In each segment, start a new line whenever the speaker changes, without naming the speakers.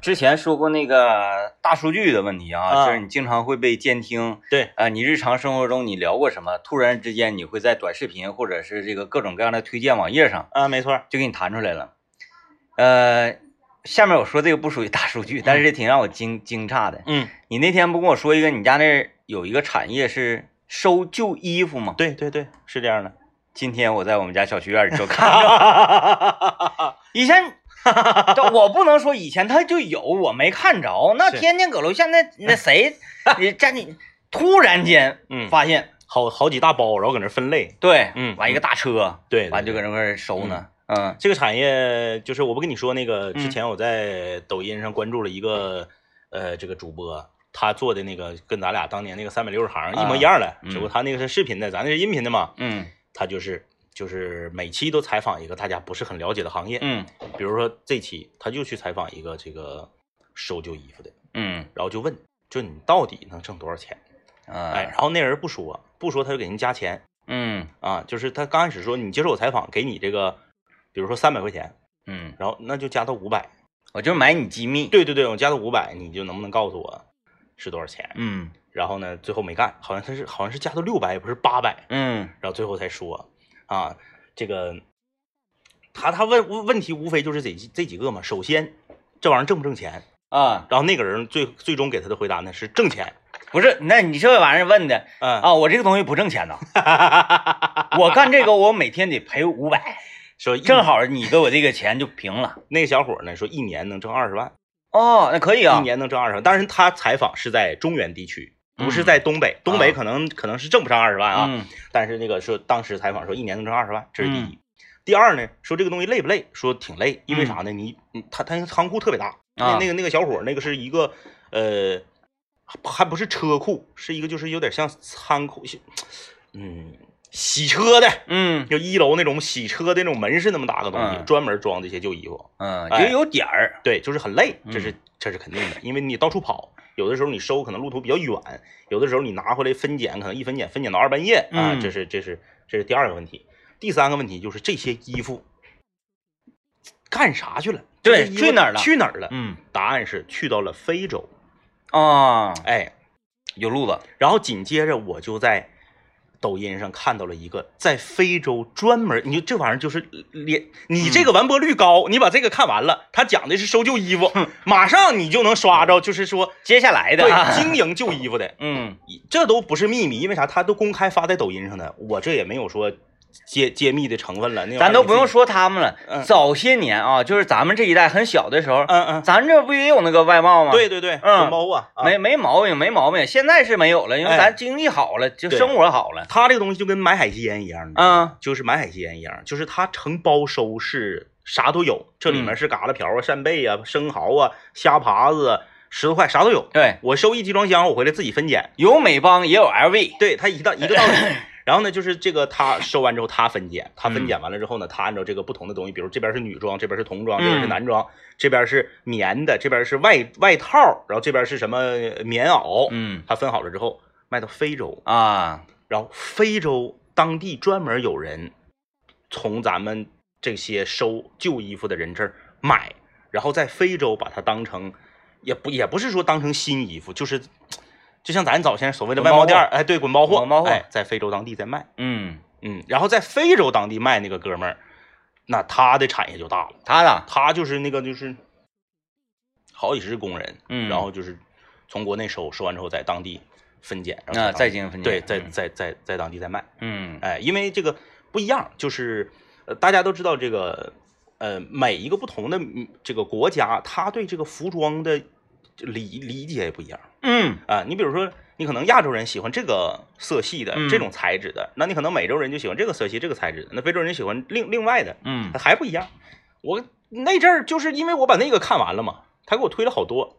之前说过那个大数据的问题啊，
啊
就是你经常会被监听。
对，
啊，你日常生活中你聊过什么？突然之间你会在短视频或者是这个各种各样的推荐网页上
啊，没错儿，
就给你弹出来了。呃，下面我说这个不属于大数据，但是这挺让我惊惊诧的。
嗯，
你那天不跟我说一个，你家那儿有一个产业是收旧衣服吗？
对对对，是这样的。
今天我在我们家小区院里 就看到，
哈，
以 前但我不能说以前他就有，我没看着。那
是
天天搁楼下那那 谁，你家你突然间
嗯，
发现，
好好几大包，然后搁那分类。
对，
嗯
完一个大车，
对，
完就搁
对
那块儿收呢，嗯
这个产业，就是我不跟你说那个，之
嗯
前我在抖音上关注了一个呃这个主播，他做的那个跟咱俩当年那个三百六十行一模一样的，
嗯
只不过他那个是视频的，咱那是音频的嘛。
嗯
他就是就是每期都采访一个大家不是很了解的行业，
嗯
比如说这期他就去采访一个这个收旧衣服的，
嗯
然后就问，就你到底能挣多少钱？
啊，
哎，然后那人不说，不说他就给人加钱
嗯
啊，就是他刚开始说你接受我采访，给你这个，比如说三百块钱，
嗯，
然后那就加到五百，
我就买你机密，，
对对对，我加到五百，你就能不能告诉我是多少钱？
嗯
然后呢，最后没干，好像他是好像是加到六百，也不是八百，
嗯
然后最后才说啊，这个他他问问问题无非就是这几这几个嘛，首先这玩意儿挣不挣钱？
啊，
然后那个人最最终给他的回答呢是挣钱，
不是，那你这玩意儿问的
嗯，
啊，我这个东西不挣钱 呐，我干这个我每天得赔五百，
说一
正好你给我这个钱就平了。
那个小伙儿呢说一年能挣二十万，
哦，那可以啊
一，年能挣二十万。当然他采访是在中原地区，不是在东北，东北可能、可能是挣不上二十万啊。
啊嗯
但是那个说当时采访说一年能挣二十万，这是第一。
嗯
第二呢，说这个东西累不累？说挺累，因为啥呢？你你他他那个仓库特别大，
啊
那那个那个小伙儿那个是一个呃，还不是车库，是一个就是有点像仓库，是嗯，洗车的，
嗯
就一楼那种洗车的那种门是那么大个东西，
嗯
专门装这些旧衣服。
嗯，
哎
就有点儿，
对，就是很累，这
嗯
是这是肯定的，因为你到处跑，有的时候你收可能路途比较远，有的时候你拿回来分拣，可能一分拣分拣到二半夜啊，
嗯
这是这是这是第二个问题，第三个问题就是这些衣服干啥去了？这
对
些衣
去
服
哪儿了
去哪儿了？
嗯
答案是去到了非洲，
啊，
哎，
有路子，
然后紧接着我就在抖音上看到了一个在非洲专门，你就这玩意儿就是连你这个完播率高，你把这个看完了，他讲的是收旧衣服，马上你就能刷着，就是说
接下来的啊，
对经营旧衣服的，
嗯
这都不是秘密，因为啥？他都公开发在抖音上的，我这也没有说揭揭秘的成分了，那玩意儿
咱都不用
你自己，
说他们了，
嗯
早些年啊，就是咱们这一代很小的时候，
嗯嗯，
咱这不也有那个外贸吗？
对。对对，
嗯
熊猫啊，啊
没没毛病，没毛病。现在是没有了，因为
哎
咱经济好了，就
对
生活好了。
他这个东西就跟买海鲜一样，你知道吗
啊，
就是买海鲜一样，就是它承包收是啥都有，这里面是嘎啦瓢啊、扇贝啊、生蚝啊、虾爬子啊、石头块啥都有。
对，
我收一集装箱，我回来自己分拣。
有美邦也有 LV。
对，它一道一个道理。然后呢，就是这个他收完之后，他分拣，他分拣完了之后呢，他按照这个不同的东西，比如这边是女装，这边是童装，这边是男装，这边是棉的，这边是外外套，然后这边是什么棉袄，
嗯
他分好了之后卖到非洲。
啊，
然后非洲当地专门有人从咱们这些收旧衣服的人这儿买，然后在非洲把它当成，也不也不是说当成新衣服，就是就像咱早先所谓的外贸店儿，哎，对，滚包货，
滚包货
哎，在非洲当地在卖，
嗯，
嗯，然后在非洲当地卖那个哥们儿，那他的产业就大了，
他的，
他就是那个就是好几十工人，
嗯
然后就是从国内收，收完之后在当地分拣，然后
那
在当
啊再
地
进行分
对，
解。
在在在在当地再卖。
嗯
哎，因为这个不一样，就是呃，大家都知道这个，呃，每一个不同的嗯这个国家，他对这个服装的理理解也不一样
嗯
啊、你比如说，你可能亚洲人喜欢这个色系的、
嗯
这种材质的，那你可能美洲人就喜欢这个色系、这个材质的，那非洲人就喜欢另另外的，
嗯
还不一样。我那阵儿就是因为我把那个看完了嘛，他给我推了好多。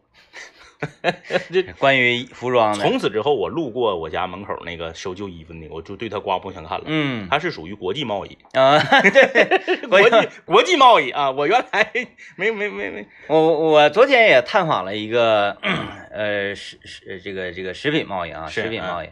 这
嗯，关于服装的，
从此之后，我路过我家门口那个收旧衣服那个，我就对他刮目相看了。
嗯
它是属于国际贸易，
啊，对，
国际 国际贸易啊！我原来没没没没，
我我昨天也探访了一个 呃食食这个这个食品贸易啊，
是嗯
食品贸易。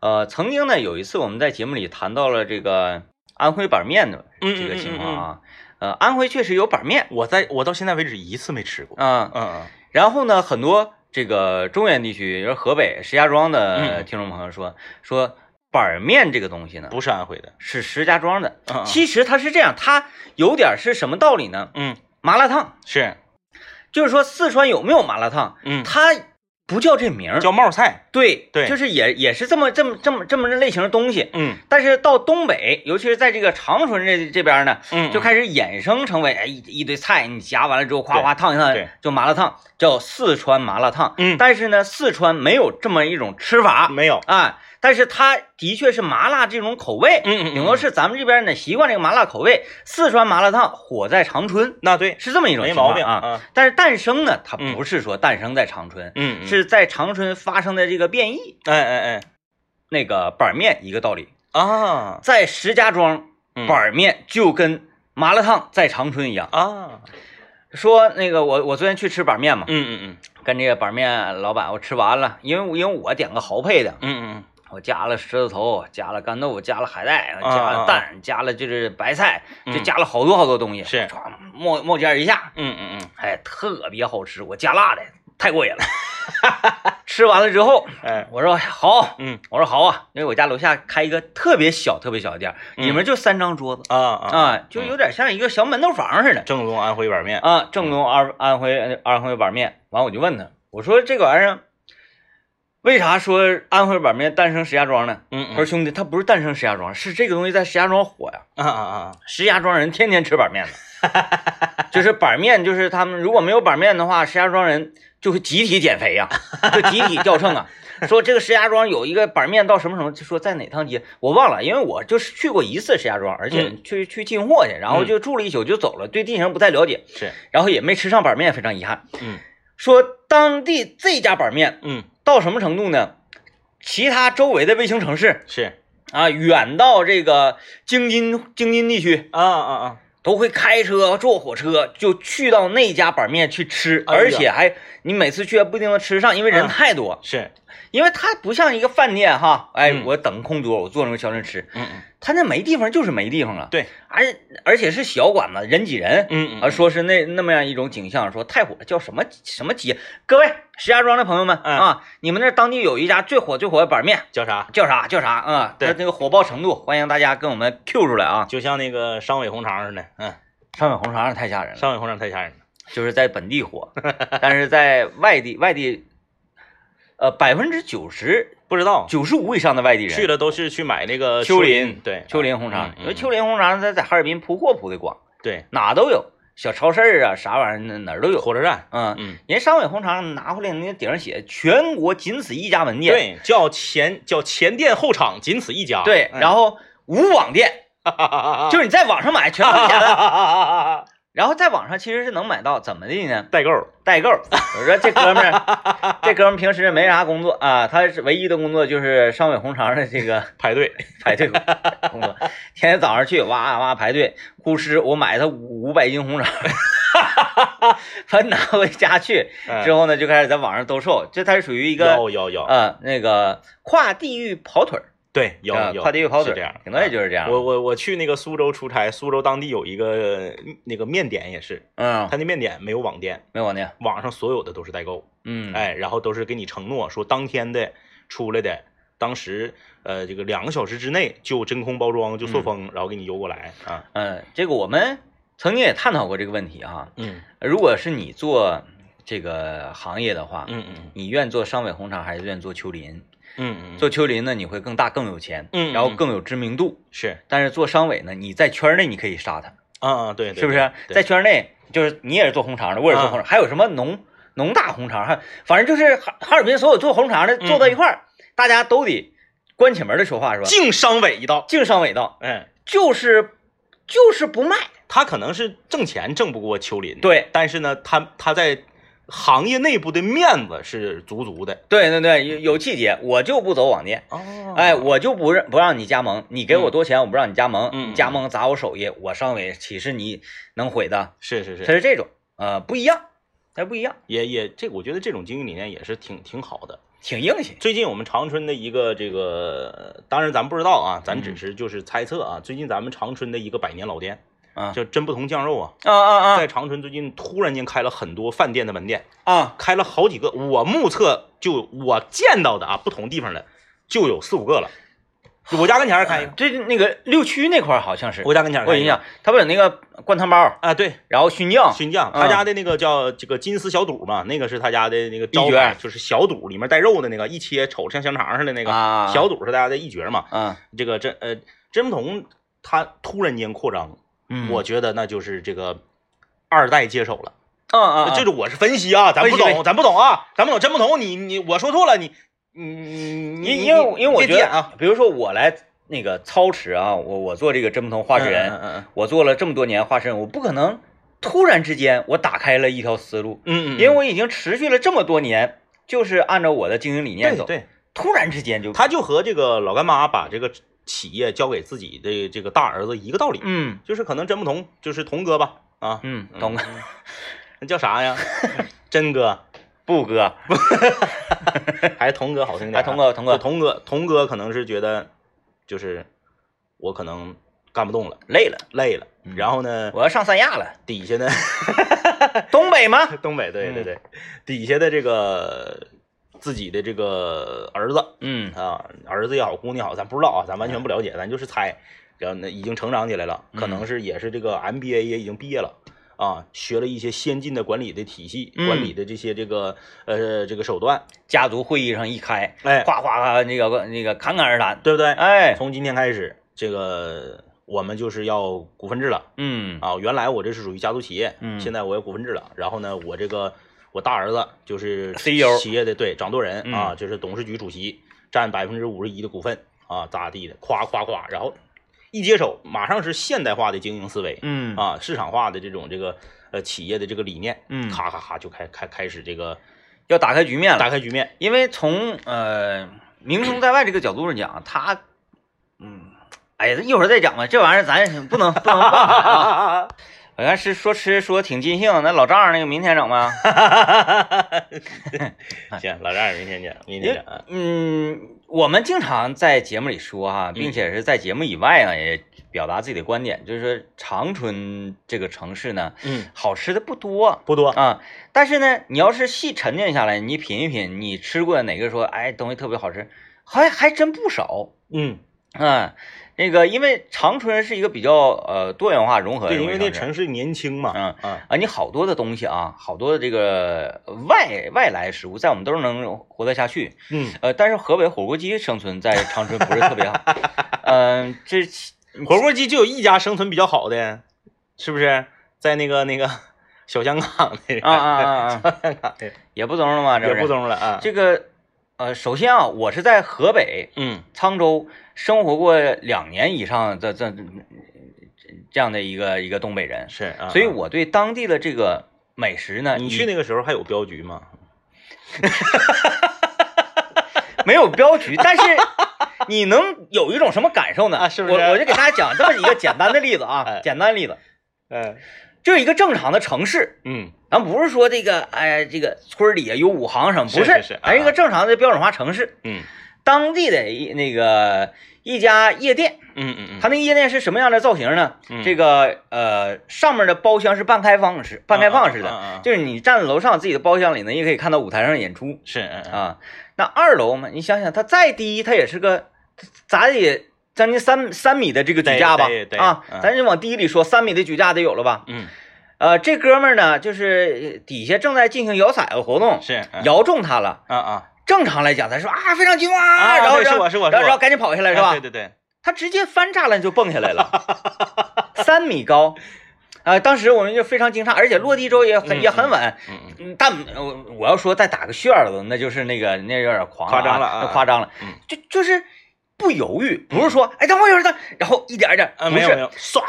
呃，曾经呢有一次我们在节目里谈到了这个安徽板面的
嗯
这个情况啊，呃，安徽确实有板面
我在我到现在为止一次没吃过。
啊、
嗯嗯
然后呢，很多这个中原地区，比如河北石家庄的
嗯
听众朋友说、说板面这个东西呢，
不是安徽的，
是石家庄的。
嗯
其实它是这样，它有点是什么道理呢？
嗯
麻辣烫，
是
就是说四川有没有麻辣烫，
嗯
它不叫这名儿，
叫冒菜，
对
对
就是也也是这么这么这么这么类型的东西。
嗯
但是到东北，尤其是在这个长春这这边呢，
嗯
就
就看
开始衍生成为哎一一堆菜，你夹完了之后夸
对
夸烫一烫
对，
就麻辣烫，叫四川麻辣烫。
嗯
但是呢，四川没有这么一种吃法
没有，
啊，但是它的确是麻辣这种口味，
嗯嗯
顶多是咱们这边呢习惯这个麻辣口味。四川麻辣烫火在长春，
那对
是这么一种
没
情况
毛病
啊。
啊，
但是诞生呢，它
嗯
不是说诞生在长春，
嗯是
是在长春发生的这个变异。
哎哎
那个板面一个道理，
哎啊
在石家庄
嗯
板面就跟麻辣烫在长春一样。
啊
说那个我我昨天去吃板面嘛，
嗯嗯嗯
跟这个板面老板我吃完了，因为我因为我点个豪配的，
嗯嗯
我加了狮子头，加了干豆腐，加了海带，
啊
加了
啊
蛋，加了就是白菜，
嗯
就加了好多好多东西，
是
唰冒冒尖一下，
嗯嗯嗯
哎，特别好吃，我加辣的太过瘾了。 吃完了之后，
哎
我说好，
嗯
我说好啊，因为我家楼下开一个特别小、特别小的店儿，
嗯
里面就三张桌子、
啊啊
啊，就有点像一个小门头房似的
正宗安徽板面，
啊。正宗安安徽安徽板面，完我就问他，我说这个玩意儿为啥说安徽板面诞生石家庄呢？
嗯
他
嗯
说兄弟，他不是诞生石家庄，是这个东西在石家庄火呀，
啊啊啊
石家庄人天天吃板面的，就是板面，就是他们如果没有板面的话，石家庄人就会集体减肥呀、就集体掉秤啊。说这个石家庄有一个板面到什么什么，就说在哪趟街我忘了，因为我就是去过一次石家庄，而且
嗯
去、去进货去，然后就住了一宿就走了，对地形不太了解，
是
然后也没吃上板面，非常遗憾。
嗯
说当地这家板面
嗯
到什么程度呢？其他周围的卫星城市
是
啊，远到这个京津京津地区，
啊啊啊
都会开车坐火车就去到那家板面去吃，
哎呀
而且还你每次去还不一定能吃上，因为人
嗯
太多，
是
因为它不像一个饭店哈，哎，
嗯
我等空桌，我坐那个小人吃，
嗯嗯
它那没地方就是没地方啊。
对，
而而且是小馆子，人挤人。
嗯
啊，说是那那么样一种景象，说太火了，叫什么什么街？各位石家庄的朋友们、
嗯
啊，你们那当地有一家最火最火的板面，
叫啥？
叫啥叫啥啊？
对
它那个火爆程度，欢迎大家跟我们 Q 出来啊！
就像那个商委红肠似的，嗯，
上海红肠太吓人了。
商委红肠太吓人了，
就是在本地火，但是在外地外地，呃，百分之九十
不知道
九十五以上的外地人
去了都是去买那个
秋
林，
林
对，嗯
秋林红肠，因嗯
因
为
为
秋林红肠它在哈尔滨铺货铺的广，
对
哪都有，小超市啊啥玩意儿哪儿都有。
火车站，
嗯，
嗯，
人商委红肠拿回来，那顶上写全国仅此一家门店，
对，叫前叫前店后厂，仅此一家，嗯
对，然
后
后无网店，就
就
是你在网上买全都是
啊
假的，
是
然后在网上其实是能买到，怎么的呢？
代购，
代购。我说这哥们儿，这哥们儿平时没啥工作啊，他是唯一的工作就是商委红肠的这个
排队，
排队工作，天天早上去哇哇排队。哭师，我买他五百斤红肠， 他拿回家去之
后
后呢，就开始在网上兜售。这他是属于一
一
个
嗯有有有，
呃那个跨地域跑腿儿，
对有
啊
有
跨地域跑
是
腿
这
儿
样，，啊嗯
顶多也就是这样。
我我我去那个苏州出差，苏州当地有一个那个面点也是，
嗯
他，那面点没有网店，
没网店，
网上所有的都是代购，
嗯，
哎，然后都是给你承诺说当天的出来的，当时呃这个两个小时之内就真空包装就塑封，然后给你邮过来啊。
嗯，这个我们曾经也探讨过这个问题啊。
嗯
如果是你做这个行业的话，
嗯嗯
你愿做商委红肠还是愿做秋林？
嗯嗯，
做秋林呢，你会更大更有钱，
嗯嗯
然后更有知名度。
是
但是做商委呢，你在圈内你可以杀他，
啊啊对，对
是不是？
对
在圈内就是你也是做红肠的，我也是做红肠，还有什么农农大红肠，还反正就是哈哈尔滨所有做红肠的
嗯
坐到一块儿，大家都得关起门来说话是吧？
敬商委一道，
敬商委道，
嗯，
就是就是不卖，
他可能是挣钱挣不过秋林，，
对
但是呢，他他在行业内部的面子是足足的。
对对对，有有气节，我就不走网店。
哦
哎，我就不让不让你加盟，你给我多钱，我不让你加盟，
嗯嗯嗯
你加盟砸我手艺，我上尾岂是你能毁的？
是是
它
是，
是这种，呃，不一样，它不一样，
也也这，我觉得这种经营理念也是挺挺好的。
挺硬气。
最近我们长春的一个这
嗯
个，当然咱不知道啊，咱只是就是猜测啊。最近咱们长春的一个百年老店，
啊
叫真不同酱肉啊，
啊啊
在长春最近突然间开了很多饭店的门店，
啊啊！
开了好几个，我目测就我见到的啊，不同地方的就有四五个了。就我家跟前儿开一个，
这那个六区那块儿好像是，
我家跟前儿
哎我
开
有印
一个
象，他不有那个灌汤包，
啊，对，
然后熏酱，
熏酱，
嗯
他家的那个叫这个金丝小肚嘛，那个是他家的那个招
一
牌
绝，
就是小肚里面带肉的那个，一切瞅着像香肠似的那个
啊
小肚是大家的一绝嘛。
嗯
这个真呃真不同，他突然间扩张，
嗯，
我觉得那就是这个二代接手了。
嗯嗯，
这是我是分析啊，咱不
分
懂，
析
咱不懂啊，咱不懂，真不懂。你你我说错了，你你你
因因为因为我觉
别
得
点啊，，
比如说我来那个操持啊，我我做这个真不同化石啊人，
嗯
我做了这么多年化身，我不可能突然之间我打开了一条思路，
嗯嗯，
因为我已经持续了这么多年，就是按照我的经营理念
对
走，
对，
突然之间就，
他就和这个老干妈把这个企业交给自己的这个大儿子一个道理，
嗯
就是可能真不同，就是童哥吧，啊，
嗯，懂 吗？
那叫 啥呀？真哥
不哥，
还是童哥好听点啊？
哎，童哥，童哥
就童哥，童哥可能是觉得就是我可能干不动了，
累了，
累了，
嗯
然后呢，
我要上三亚 了，
底下呢。
东北吗？
东北，对对对，底下的这个自己的这个儿子
嗯
啊，儿子也好，姑娘也好，咱不知道啊，咱完全不了解，咱就是猜。然后呢，已经成长起来了，可能是也是这个 MBA 也已经毕业了。啊，学了一些先进的管理的体系，
嗯
管理的这些这个呃这个手段，
家族会议上一开，
哎，
哗哗哗，那个那个侃侃而谈，
对不对？
哎，
从今天开始，这个我们就是要股份制了。
嗯
啊，原来我这是属于家族企业，
嗯
现在我也股份制了。然后呢，我这个我大儿子就是
CEO
企业的对掌舵人、
E 嗯
啊，就是董事局主席，占百分之五十一的股份啊，咋地的，夸夸夸，然后一接手，马上是现代化的经营思维、
嗯
啊，市场化的这种这个呃企业的这个理念，
嗯
咔咔咔就开开开始这个
要打开局面了
打。开局 面，
因为从呃名声在外这个角度上讲，他，嗯，哎呀，一会儿再讲吧，这玩意儿咱也不能不能忘了 啊。我看是说吃说挺尽兴，那老丈人那个明天整吧。
行，老丈人明天见，明天见啊，
嗯，我们经常在节目里说
嗯
哈，并且是在节目以外呢，也表达自己的观点，就是说长春这个城市呢，
嗯，
好吃的不多
不多，
啊。但是呢，你要是细沉淀下来，你品一品，你吃过哪个说哎东西特别好吃，还还真不少。
嗯，
嗯，那个，因为长春是一个比较呃多元化融合的
对，
一
因
个城
为那
市，
城市年轻嘛，
嗯
啊，
啊，你好多的东西啊，好多的这个外外来食物，在我们都是能活得下去。
嗯，
呃，但是河北火锅鸡生存在长春不是特别好。嗯、这 其
火锅鸡就有一家生存比较好的，是不是？在那个那个小香港那个
啊啊
哎
啊啊，也不中了嘛，这
也
不
不
是
中了啊。
这个呃，首先啊，我是在河北
嗯
沧州生活过两年以上的这这这样的一个一个东北人，
是啊，嗯
所以我对当地的这个美食呢，
你
以
去那个时候还有镖局吗？
没有镖局，但是你能有一种什么感受呢？
啊是不是
我我就给大家讲这么一个简单的例子
哎
啊，简单的例子，
嗯
就是一个正常的城市，
嗯
咱不是说这个哎呀这个村里啊有五行什么，不
是是是啊
咱一个正常的标准化城市，
嗯
当地的一那个一家夜店，
嗯嗯嗯，
它那夜店是什么样的造型呢？
嗯
这个呃上面的包厢是半开放式，半开放式
啊
的，
啊啊
就是你站楼上自己的包厢里呢，也可以看到舞台上演出。
是嗯嗯
啊，那二楼嘛，你想想，它再低，它也是个，咋也将近三三米的这个举架吧
对对对？
啊
嗯，
咱就往低里说，三米的举架得有了吧？
嗯
呃，这哥们儿呢，就是呃底下正在进行摇骰子活动，
是嗯
摇中他了。
啊啊
正常来讲，咱说啊，非常激动
啊
啊，然后
对是
然后
我是我是
然后
我
然后赶紧跑下来是
啊
吧
对？对对，
他直接翻栅栏就蹦下来 了，三米高。啊、当时我们就非常惊诧，而且落地之后也很、也很稳，
嗯嗯
嗯，但我我要说再打个旋儿子，那就是那个那有点狂
夸张了
了
啊
啊，那夸张了
嗯，
就就是不犹豫，不是说哎等我一会儿等，然后一点儿一点儿，
啊
不
没有
是
没有，唰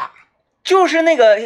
就是那个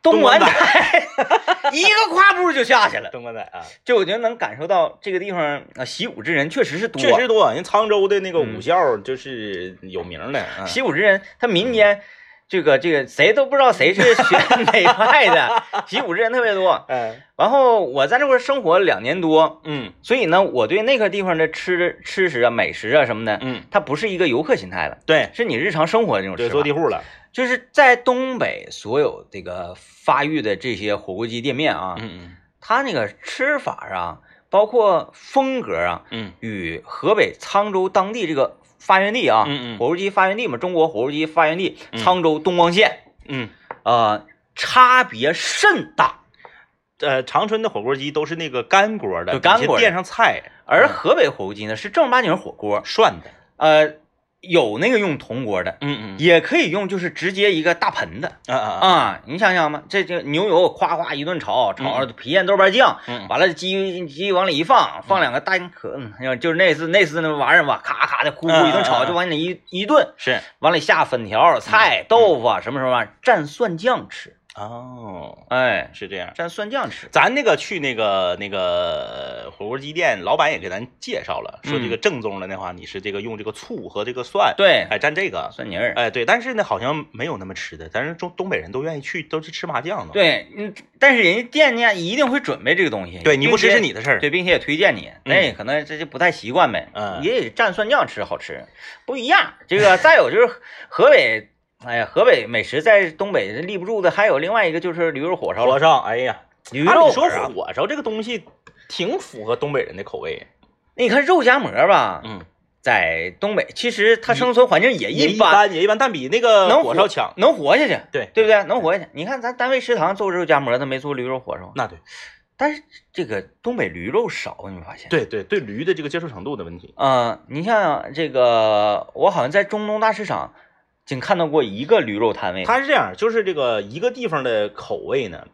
东
东
莞
莞仔， 一个跨步就下去了，
东莞仔啊，
就我觉得能感受到这个地方啊习武之人确实是多，
确实多，人沧州的那个武
嗯
校就是有名的，啊
习武之人他民
嗯
间这个这个谁都不知道谁是学哪派 的，习武之人特别多。
嗯
然后我在那块儿生活了两年多，
嗯
所以呢，我对那个地方的吃吃食啊、美食啊什么的，
嗯，
它不是一个游客心态了，
对
是你日常生活的那种
对，
吃
坐地
法。
户了，
就是在东北所有这个发育的这些火锅鸡店面啊，
嗯
它那个吃法啊，包括风格啊，
嗯
与河北沧州当地这个发源地啊，
嗯嗯
火锅鸡发源地嘛，中国火锅鸡发源地
嗯
沧州东光县，
嗯
呃，差别甚大。
呃，长春的火锅鸡都是那个干锅的，
对干锅的
垫上菜
而河北火锅鸡呢是正儿八经火锅，
涮的。
呃，有那个用铜锅的，
嗯嗯
也可以用就是直接一个大盆的
啊啊啊！
啊。你想想吧，这这牛油夸夸一顿炒，炒皮燕豆瓣酱，
嗯
完了鸡鸡往里一放，放两个大壳，嗯，就是类似类似那玩意儿吧，咔咔的呼呼一顿
嗯嗯
炒，
嗯
就往里一一炖，
是
往里下粉条、
嗯
菜、豆腐啊什么什么玩意儿，蘸蒜酱吃，
哦，
哎，
是这样。
蘸蒜酱吃，
咱那个去那个那个火锅鸡店，老板也给咱介绍了，说这个正宗的的话，你是这个用这个醋和这个蒜，
对，
哎，蘸这个，
蒜泥儿，
哎，对。但是呢，好像没有那么吃的，但是中东北人都愿意去，都是吃麻酱的。
对，嗯，但是人家店家一定会准备这个东西，
对，你不吃
并且
是你的事儿。
对，并且也推荐你，那可能这就不太习惯呗。
嗯
也得蘸蒜酱吃好吃，不一样。这个再有就是河北，哎呀，河北美食在东北立不住的，还有另外一个就是驴肉火烧
火
了。
烧，哎呀，
驴
按理
肉
说
火烧，
火烧这个东西挺符合东北人的口味。
你看肉夹馍吧，
嗯，
在东北其实它生存环境也
也
一
一，般，也一般，但比那个
能
火烧强。
能活下去，
对，
对不对？能活下去。你看咱单位食堂做肉夹馍，它没做驴肉火烧，
那对，
但是这个东北驴肉少，你发现？
对对对，驴的这个接受程度的问题。
嗯，你像这个，我好像在中东大市场仅看到过一个驴肉摊位。
它是这样，就是这个一个地方的口味呢，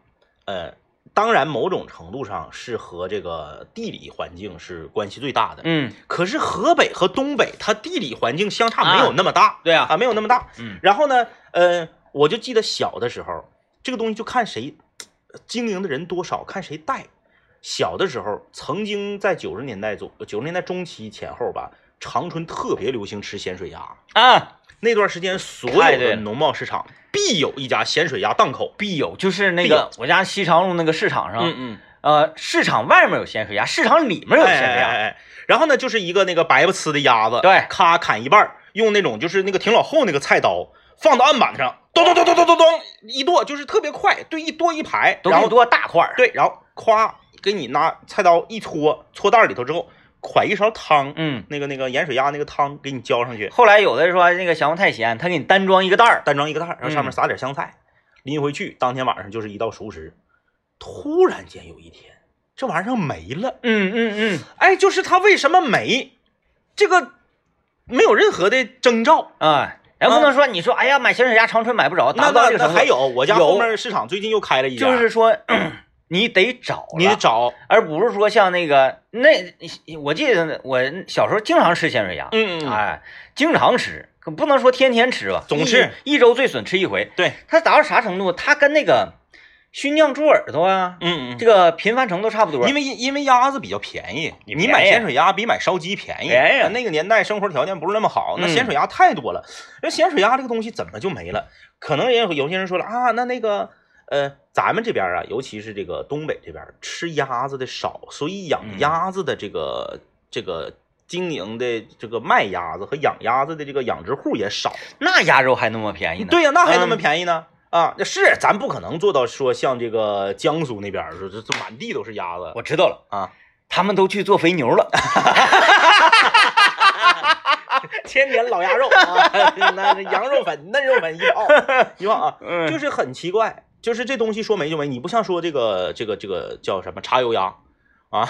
呃，当然某种程度上是和这个地理环境是关系最大的。
嗯，
可是河北和东北，它地理环境相差没有那么大
对
啊
啊，
没有那么大。
嗯
然后呢，呃，我就记得小的时候，这个东西就看谁呃经营的人多少，看谁带。小的时候，曾经在九十年代左九十年代中期前后吧，长春特别流行吃咸水鸭。
啊，
那段时间，所
太
有
对
的
了
农贸市场必有一家咸水鸭档口。
必有，就是那
必
个我家西长路那个市场上，
嗯，
呃，市场外面有鲜水鸭，市场里嗯面有
哎
鲜
哎
水鸭，
哎哎，然后呢，就是一个那个白不呲的鸭子，
对
咔砍一半儿，用那种就是那个挺老厚那个菜刀放到案板上，咚咚咚咚咚咚咚一剁，就是特别快，对，一剁一排，
都
然
给
后
你剁大块儿。
对，然后咵给你拿菜刀一戳，戳袋里头之后，㧟一勺汤，
嗯，
那个那个盐水鸭那个汤给你浇上去，
后来有的说那个小黄太咸，他给你单装一个袋儿，
单装一个袋儿，然后上面
嗯
撒点香菜，拎回去，当天晚上就是一道熟食。突然间有一天，这玩意儿没了，
嗯嗯
哎，就是它为什么没？这个没有任何的征兆。
嗯，啊，咱不能说你说，哎呀，买咸水鸭长春买不着，达
那
不到
那
这个
那
程度。
还，有，我家
有
后面市场最近又开了一家，
就是说 你得找了，
你得找，
而不是说像那个那，我记得我小时候经常吃咸水鸭，
嗯嗯，
哎，经常吃，可不能说天天吃吧，
总吃
一一周最损吃一回。
对，
它达到啥程度？它跟那个熏酱猪耳朵啊，
嗯嗯
这。个频繁程度差不多。
因为因为鸭子比较便宜，
也
你
便
买
宜
咸水鸭比买烧鸡便宜。
便宜啊
那个年代生活条件不是那么好，那
嗯
咸水鸭太多了。那咸水鸭这个东西怎么就没了？可能也有有些人说了啊，那那个呃，咱们这边啊，尤其是这个东北这边吃鸭子的少，所以养
嗯
鸭子的这个、这个经营的这个卖鸭子和养鸭子的这个养殖户也少。
那鸭肉还那么便宜呢。
对呀、那还那么
嗯
便宜呢？啊，那是咱不可能做到说像这个江苏那边儿说这这满地都是鸭子
我知道了，
啊。
他们都去做肥牛了。
千年老鸭 肉啊，那是羊肉 粉、嫩肉粉一泡一泡啊，
嗯
就是很奇怪，就是这东西说没就没，你不像说这个这个这个叫什么茶油鸭 啊，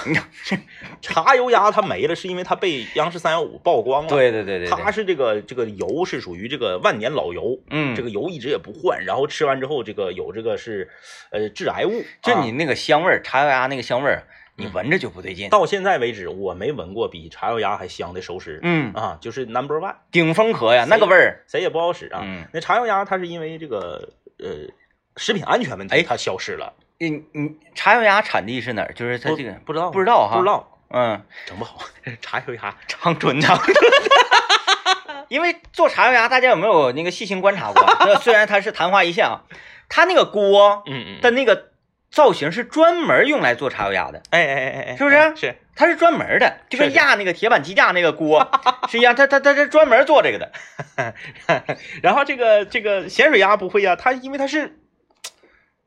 茶油鸭它没了是因为它被央视三幺五曝光了，，
对对对对
它
对，
是这个这个油是属于这个万年老油。
嗯，
这个油一直也不换，然后吃完之后，这个有这个是，呃，致癌物。
就
啊
你那个香味儿，茶油鸭那个香味儿，你
嗯
闻着就不对劲。
到现在为止，我没闻过比茶油鸭还香的熟食、
嗯，
啊，就是 number one。
顶峰河呀，那个味儿，
谁也不好使啊。
嗯
那茶油鸭它是因为这个呃食品安全问题，
哎
它消失了。
你你茶油鸭产地是哪儿？就是它
不
这个，
不知道
不知道哈
不知道，
嗯，
整不好 茶油鸭。
长春 长春。因为做茶油鸭，大家有没有啊那个细心观察过？这虽然它是昙花一现啊，它那个锅
嗯嗯，
的那个造型是专门用来做茶油鸭的，
哎哎哎哎，
是不是
哎是，
它是专门的，就跟
是是
压那个铁板鸡架那个锅是一样，它它它是专门做这个的。
然后这个这个咸水鸭不会呀、啊它因为它是，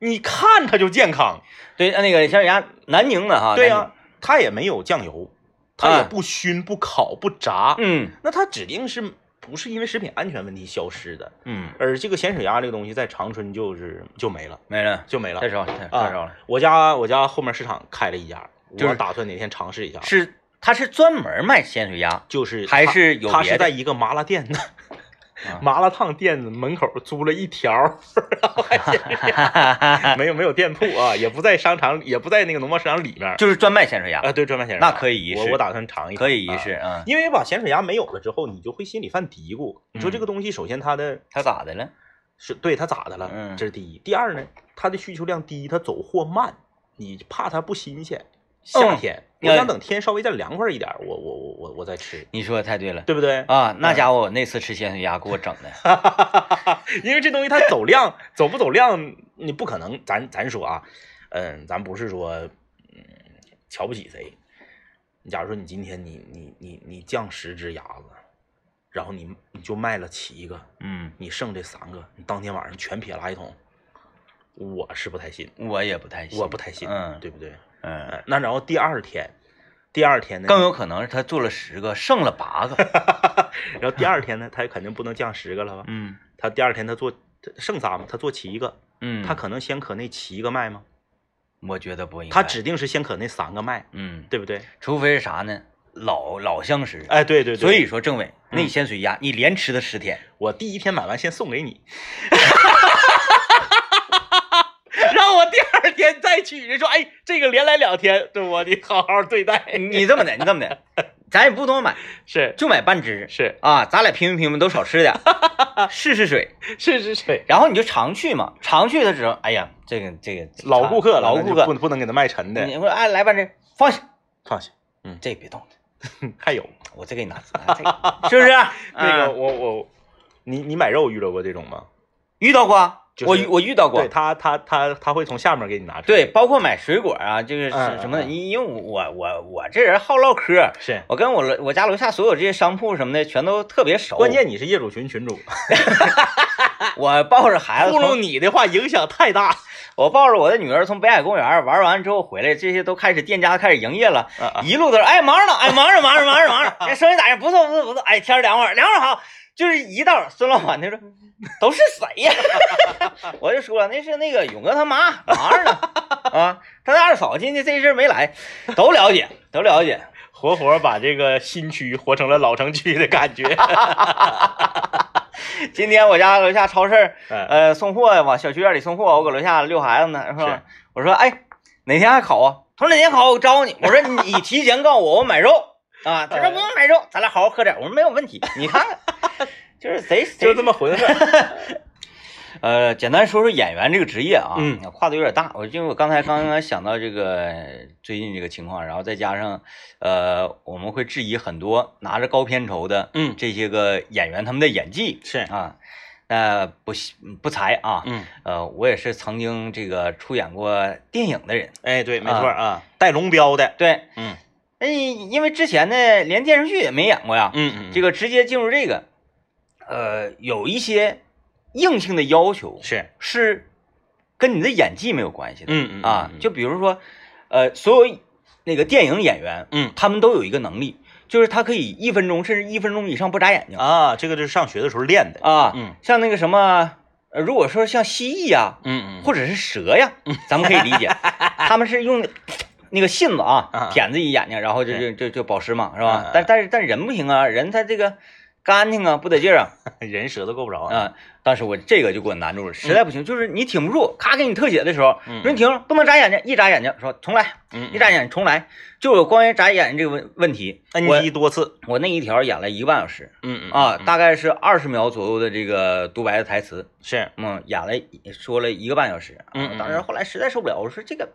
你看它就健康，
对，那个小野鸭，南宁的哈，
对啊呀、
南宁
它也没有酱油，它也
啊
不熏、不烤、不炸，
嗯
那它指定是不是因为食品安全问题消失的？
嗯，
而这个咸水鸭这个东西在长春就是就没了，
没了，
就没了
太。少了，太
啊
太少了。
我家我家后面市场开了一家，
就是
我打算哪天尝试一下。
是，它是专门卖鲜水鸭，
就是
还
他
是有
他
别
是
的
在一个麻辣店的、
啊
麻辣烫店子门口租了一条儿， 没有没有店铺啊，也不在商场，也不在那个农贸市场里面儿
就是专卖鲜水鸭，
啊。对，专卖先生，
那可以一
我
试
我打算尝一尝，
可以一
啊
试啊。
因为把咸水鸭没有了之后，你就会心里犯嘀咕。
嗯
你说这个东西，首先它的
它咋的了？
是对它咋的了？
嗯
这是第一。第二呢，它的需求量低，它走货慢，你怕它不新鲜。夏
嗯
天，
哎
我想等天稍微再凉快一点儿，我我我我我再吃，
你说的太对了
对不对？
啊！那家伙，我那次吃鲜水鸭给我整 的，啊
因为这东西它走量走不走量，你不可能。咱咱说啊，嗯，咱不是说嗯瞧不起谁。你假如说你今天你你你你降十只鸭子，然后你你就卖了七个，
嗯，
你剩这三个，你当天晚上全撇垃圾桶，我是不太信，
我也不太信，
我不太信，
嗯
对不对？
嗯，
嗯，那然后第二天，第二天呢，
更有可能是他做了十个，剩了八 个，
然后第二天呢，他肯定不能降十个了吧？
嗯
他第二天他做他剩仨嘛，他做七个，
嗯，
他可能先可那七个卖吗？
我觉得不应该，
他指定是先可那三个卖，
嗯，
对不对？
除非是啥呢？老老相识，
哎，对对对。
所以说政委，那鲜水鸭你连吃了十天，
我第一天买完先送给 你，让我第二天再去。人说，哎，这个连来两天，对我得好好对待。
你这么的，你这么的， 咱也不多买，
是
就买半只
是
啊，咱俩平均平均都少吃点，试试水，
是是是，
然后你就常去嘛，常去的时候，哎呀，这个这个
老顾客了，
老
那就
顾客
不，不能给他卖沉的
你，说哎来半只，放下，
放心，
这别动，
还有
我再给你拿，拿这个 是不是？
那个
啊
我我，你你买肉遇到过这种吗？
遇到过，啊
就是
我遇我遇到过
对，他他他他会从下面给你拿出来，
对，，包括买水果啊，就是
嗯
什么的，
嗯嗯
因因为我我我这人好唠嗑，
是。
我跟我楼我家楼下所有这些商铺什么的全都特别熟，
关键你是业主群群 主，
我抱着孩子
糊
从
弄你的话影响太大。
我抱着我的女儿从北海公园玩完之后回来，这些都开始店家开始营业了，
啊啊
一路都是哎忙着呢，哎忙着忙着忙着忙着，哎生意咋样？不错不错不错，哎天儿凉快儿凉快儿好，就是一到孙老板他说都是谁呀？ 我就说了那是那个勇哥他妈忙着呢啊，他的二嫂今天这阵儿没来，都了解都了解，
活活把这个新区活成了老城区的感 觉。
今天我家楼下超市儿
嗯
呃送货往小区院里送货，我搁楼下遛孩子呢，是吧
是？
我说哎，哪天还烤啊？他说哪天烤我招你。我说你你提前告我，我买肉 啊。他说
哎
不用买肉，咱俩好好喝点。我说没有问 题，你看看，就是谁谁
就这么混混。
呃，简单说说演员这个职业啊，
嗯，
跨度有点大。我因为我刚才刚刚想到这个最近这个情况，然后再加上呃，我们会质疑很多拿着高片酬的
嗯，
这些个演员他们的演技
是，
啊，那不不才啊，
嗯，
呃，我也是曾经这个出演过电影的人，
哎，对，没错啊，带龙标的，
对，
嗯
那哎因为之前呢连电视剧也没演过呀，
嗯嗯
这
这个
个直接进入这个，呃，有一些硬性的要求
是，
是跟你的演技没有关系的，
嗯嗯
啊
嗯，嗯
就比如说，呃，所有那个电影演员，
嗯
他们都有一个能力，就是他可以一分钟甚至一分钟以上不眨眼睛
啊，这个就是上学的时候练的，
啊，
嗯
像那个什么，呃如果说像蜥蜴啊呀、
嗯
或者是蛇呀，咱们可以理 解，他们是用那个信子
啊
啊
啊，
舔自己眼睛，然后就就就就保湿嘛，是
啊啊
吧
啊？
但但是但人不行啊，人他这个干净啊，不得劲儿啊
或人舌头够不着啊，
啊！当时我这个就给我难住了，实在不行就是你挺不住，咔给你特写的时候，
嗯
说你停了，不能眨眼睛，一眨眼睛说重来，
嗯
一眨眼睛重来，就有关于眨眼睛这个问问题，我
NG 多次，
我那一条演了一个半小时
嗯嗯
啊，
嗯
大概是二十秒左右的这个独白的台词，
是，
嗯，演了一说了一个半小时，啊
嗯嗯
当
嗯
时后来实在受不了，我说这个，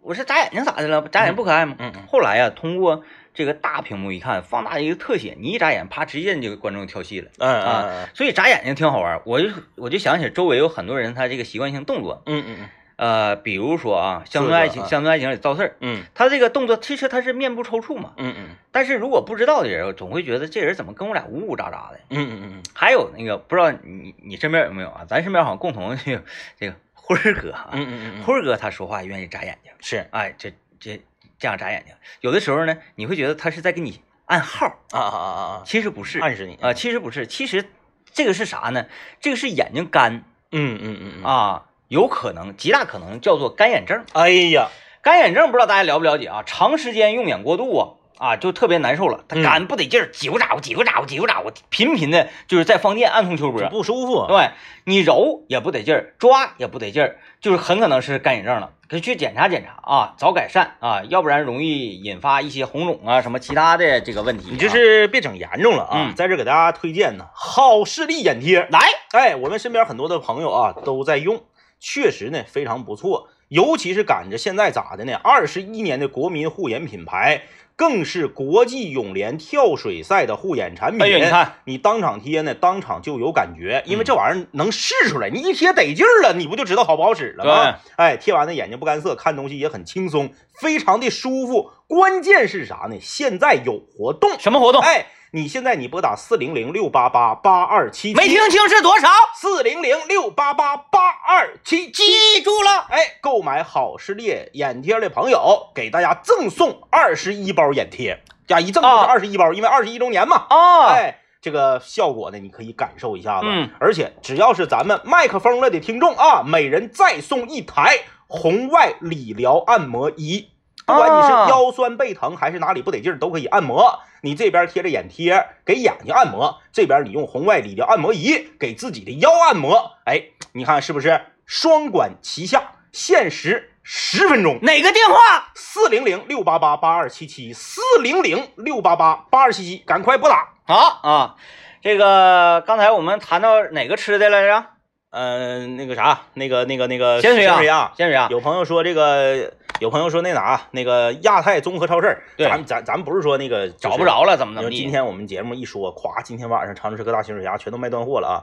我说眨眼睛咋的了？眨眼不可爱吗？
嗯嗯
后来呀、通过这个大屏幕一看，放大一个特写，你一眨眼，啪，直接你这个观众跳戏了。
嗯
啊所以眨眼睛挺好玩儿，我就我就想起周围有很多人他这个习惯性动作，
嗯嗯嗯，
呃，比如说啊，《乡村
做一
爱
个
情》
啊
《乡村爱情》里赵四儿，
嗯
他这个动作其实他是面部抽搐嘛，
嗯嗯
但是如果不知道的人，总会觉得这人怎么跟我俩呜呜喳喳的。
嗯嗯嗯，
还有那个不知道你你身边有没有啊？咱身边好像共同这个这个辉儿哥啊，
嗯嗯嗯，
辉儿哥他说话愿意眨眼睛，
是
哎，这这这样眨眼睛，有的时候呢，你会觉得他是在给你暗号，
啊啊啊啊
其实不是
啊，暗示你
啊、，其实不是，其实这个是啥呢？这个是眼睛干
嗯嗯嗯嗯，
啊，有可能极大可能叫做干眼症。
哎呀，
干眼症不知道大家了不了解啊？长时间用眼过度啊。啊，就特别难受了，他
嗯
干不得劲儿，挤咕咋呼，挤咕咋呼，挤咕咋呼，频频的，就是在放电，暗通秋波，
这不哦舒服，
对你揉也不得劲儿，抓也不得劲儿，就是很可能是干眼症了，可以去检查检查啊，早改善啊，要不然容易引发一些红肿啊什么其他的这个问题啊、
你这是别整严重了啊
嗯！
在这给大家推荐呢，好视力眼贴，
来，
哎，我们身边很多的朋友啊都在用，确实呢非常不错，尤其是赶着现在咋的呢？二十一年的国民护眼品牌，更是国际泳联跳水赛的护眼产品。
哎呀，你，看，嗯
你当场贴呢，当场就有感觉，因为这玩意儿能试出来，你一贴得劲儿了，你不就知道好不好使了吗？哎，贴完了眼睛不干涩，看东西也很轻松，非常的舒服。关键是啥呢？现在有活动，
什么活动？
哎，你现在你拨打四零零六八八八二七，
没听清是多少？
四零零六八八八二七七。
记住了，
哎，购买好视力眼贴的朋友，给大家赠送二十一包眼贴，呀，一赠就是
啊
二十一包，因为二十一周年嘛。
啊，
哎，这个效果呢，你可以感受一下子。
嗯，
而且只要是咱们麦克风了的听众啊，每人再送一台红外理疗按摩仪。不管你是
啊
腰酸背疼还是哪里不得劲儿，都可以按摩。你这边贴着眼贴给眼睛按摩，这边你用红外理疗按摩仪给自己的腰按摩。哎，你看是不是双管齐下，限时十分钟？
哪个电话？
四零零六八八八二七七，四零零六八八八二七七，赶快拨打。
好啊，这个刚才我们谈到哪个吃的来着？
呃，那个啥，那个那个那个
咸水
啊，
鸭
水啊，
先生啊，
有朋友说这个，有朋友说那哪，啊那个亚太综合超市，
对
咱咱咱不是说那个、就是
找不，着了，怎么怎
因
么
为今
地？
天我们节目一说，咵，今天晚上长春市各大咸水鸭全都卖断货了啊，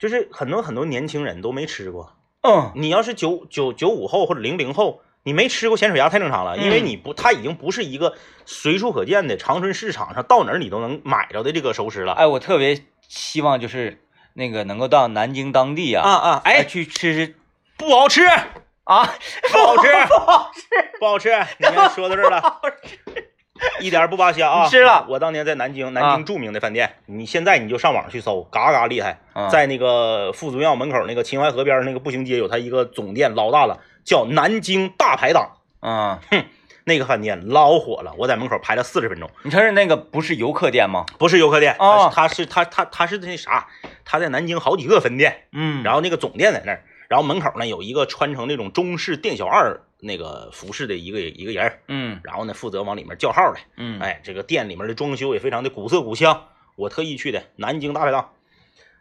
就是很多很多年轻人都没吃过。
嗯，
你要是九九九五后或者零零后，你没吃过咸水鸭太正常了，因为
嗯
你不，它已经不是一个随处可见的长春市场上到哪儿你都能买着的这个熟食了。
哎，我特别希望就是那个能够到南京当地啊，
啊啊，
哎，
哎，
去吃吃
不好吃。
啊，
不好 吃，不好吃，不好吃。你们说到这儿了， 一点儿不扒瞎啊！
你吃了啊
我当年在南京，南京著名的饭店，你现在你就上网去搜，嘎嘎厉害。
嗯
在那个副祖庙门口那个秦淮河边那个步行街有它一个总店，老大了，叫南京大排档。
嗯，
那个饭店老火了，我在门口排了四十分钟。
你承认那个不是游客店吗？
不是游客店，
哦
它是它它它是那啥，它在南京好几个分店，
嗯然
然
后
后那个总店在那儿，然后门口呢有一个穿成那种中式店小二那个服饰的一个一个人儿，
嗯
然后呢，负责往里面叫号来。
嗯，
哎，这个店里面的装修也非常的古色古香。我特意去的南京大排档，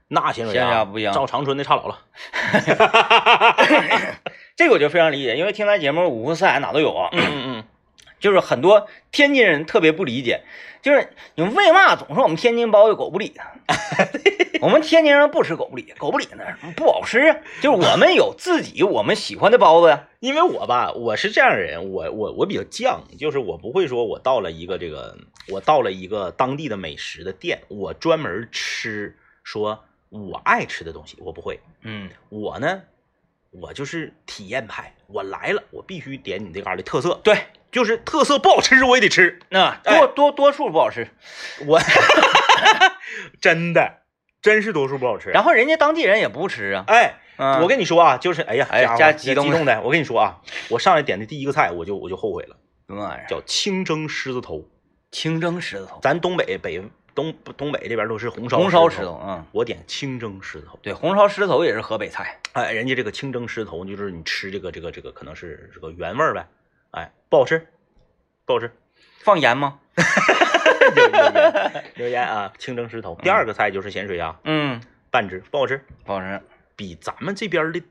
那鲜水
鲜水鸭
鸭
不一样
照长春的差老了。
这个我就非常理解，因为听咱节目五湖四海哪都有啊，
嗯嗯
就是很多天津人特别不理解，就是你们为嘛总说我们天津包子狗不理呢？啊 我们天津人不吃狗不理，狗不理呢不好吃啊，就是我们有自己我们喜欢的包子呀，
因为我吧，我是这样人，我我我比较犟，就是我不会说我到了一个这个，我到了一个当地的美食的店，我专门吃说我爱吃的东西，我不会。
嗯
我呢，我就是体验派，我来了，我必须点你这旮的特色，
对，
就是特色不好吃我也得吃。
那
哎
多多多数不好吃，
我 真的真是多数不好吃。
然后人家当地人也不吃啊，
哎，
嗯
我跟你说啊，就是哎呀，
哎呀
家伙
加
激
激动了
的，我跟你说啊，我上来点的第一个菜，我就我就后悔了，
什么玩意儿？
叫清蒸狮子头。
清蒸狮子头，
咱东北北东东北这边都是红烧
红烧
狮
狮
子
子
头，
头，嗯。
我点清蒸狮子头。
对，红烧狮子头也是河北菜。
哎，人家这个清蒸狮头就是你吃这个这个这个可能是这个原味儿呗，哎，不好吃，不好吃。
放盐吗？
留言留言啊，清蒸狮头。第二个菜就是咸水鸭，
嗯，
半只不好吃，
不好吃。
比咱们这边的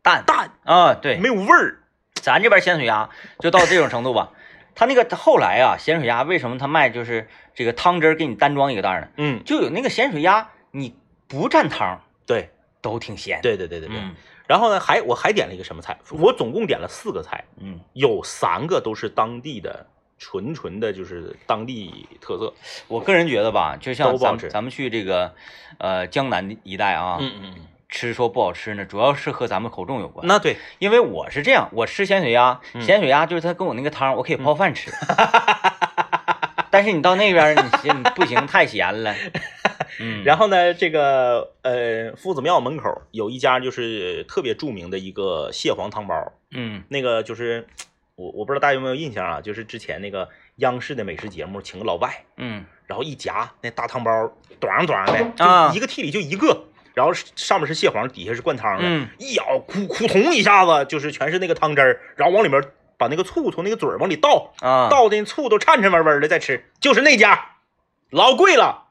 淡
淡。
啊，对，
没有味儿。
咱这边咸水鸭就到这种程度吧。它那个后来啊，咸水鸭为什么它卖就是这个汤汁儿给你单装一个袋儿呢？
嗯，
就有那个咸水鸭，你不蘸汤
对
都挺咸。，
对对对对对。
嗯，
然后呢，还我还点了一个什么菜？我总共点了四个菜，
嗯，
有三个都是当地的，纯纯的就是当地特色。
我个人觉得吧，就像
都不
咱
好
们
吃
咱们去这个呃江南一带啊，
嗯嗯，
吃说不好吃呢，主要是和咱们口重有关。
那对，
因为我是这样，我吃咸水鸭，
嗯
咸水鸭就是它跟我那个汤，我可以泡饭吃。但是你到那边儿，你你不行，太咸了。嗯，
然
后
后呢，这个呃夫子庙门口有一家就是特别著名的一个蟹黄汤包，
嗯
那个就是我我不知道大家有没有印象啊，就是之前那个央视的美食节目请个老外，
嗯，
然后一夹那大汤包，短短的，就
啊
一个屉里就一个。然后是上面是蟹黄，底下是灌汤的，
嗯
一咬，扑扑通一下子，就是全是那个汤汁儿，然后往里面把那个醋从那个嘴儿往里倒，
啊，
倒的醋都颤颤巍巍的再吃，就是那家，老贵了，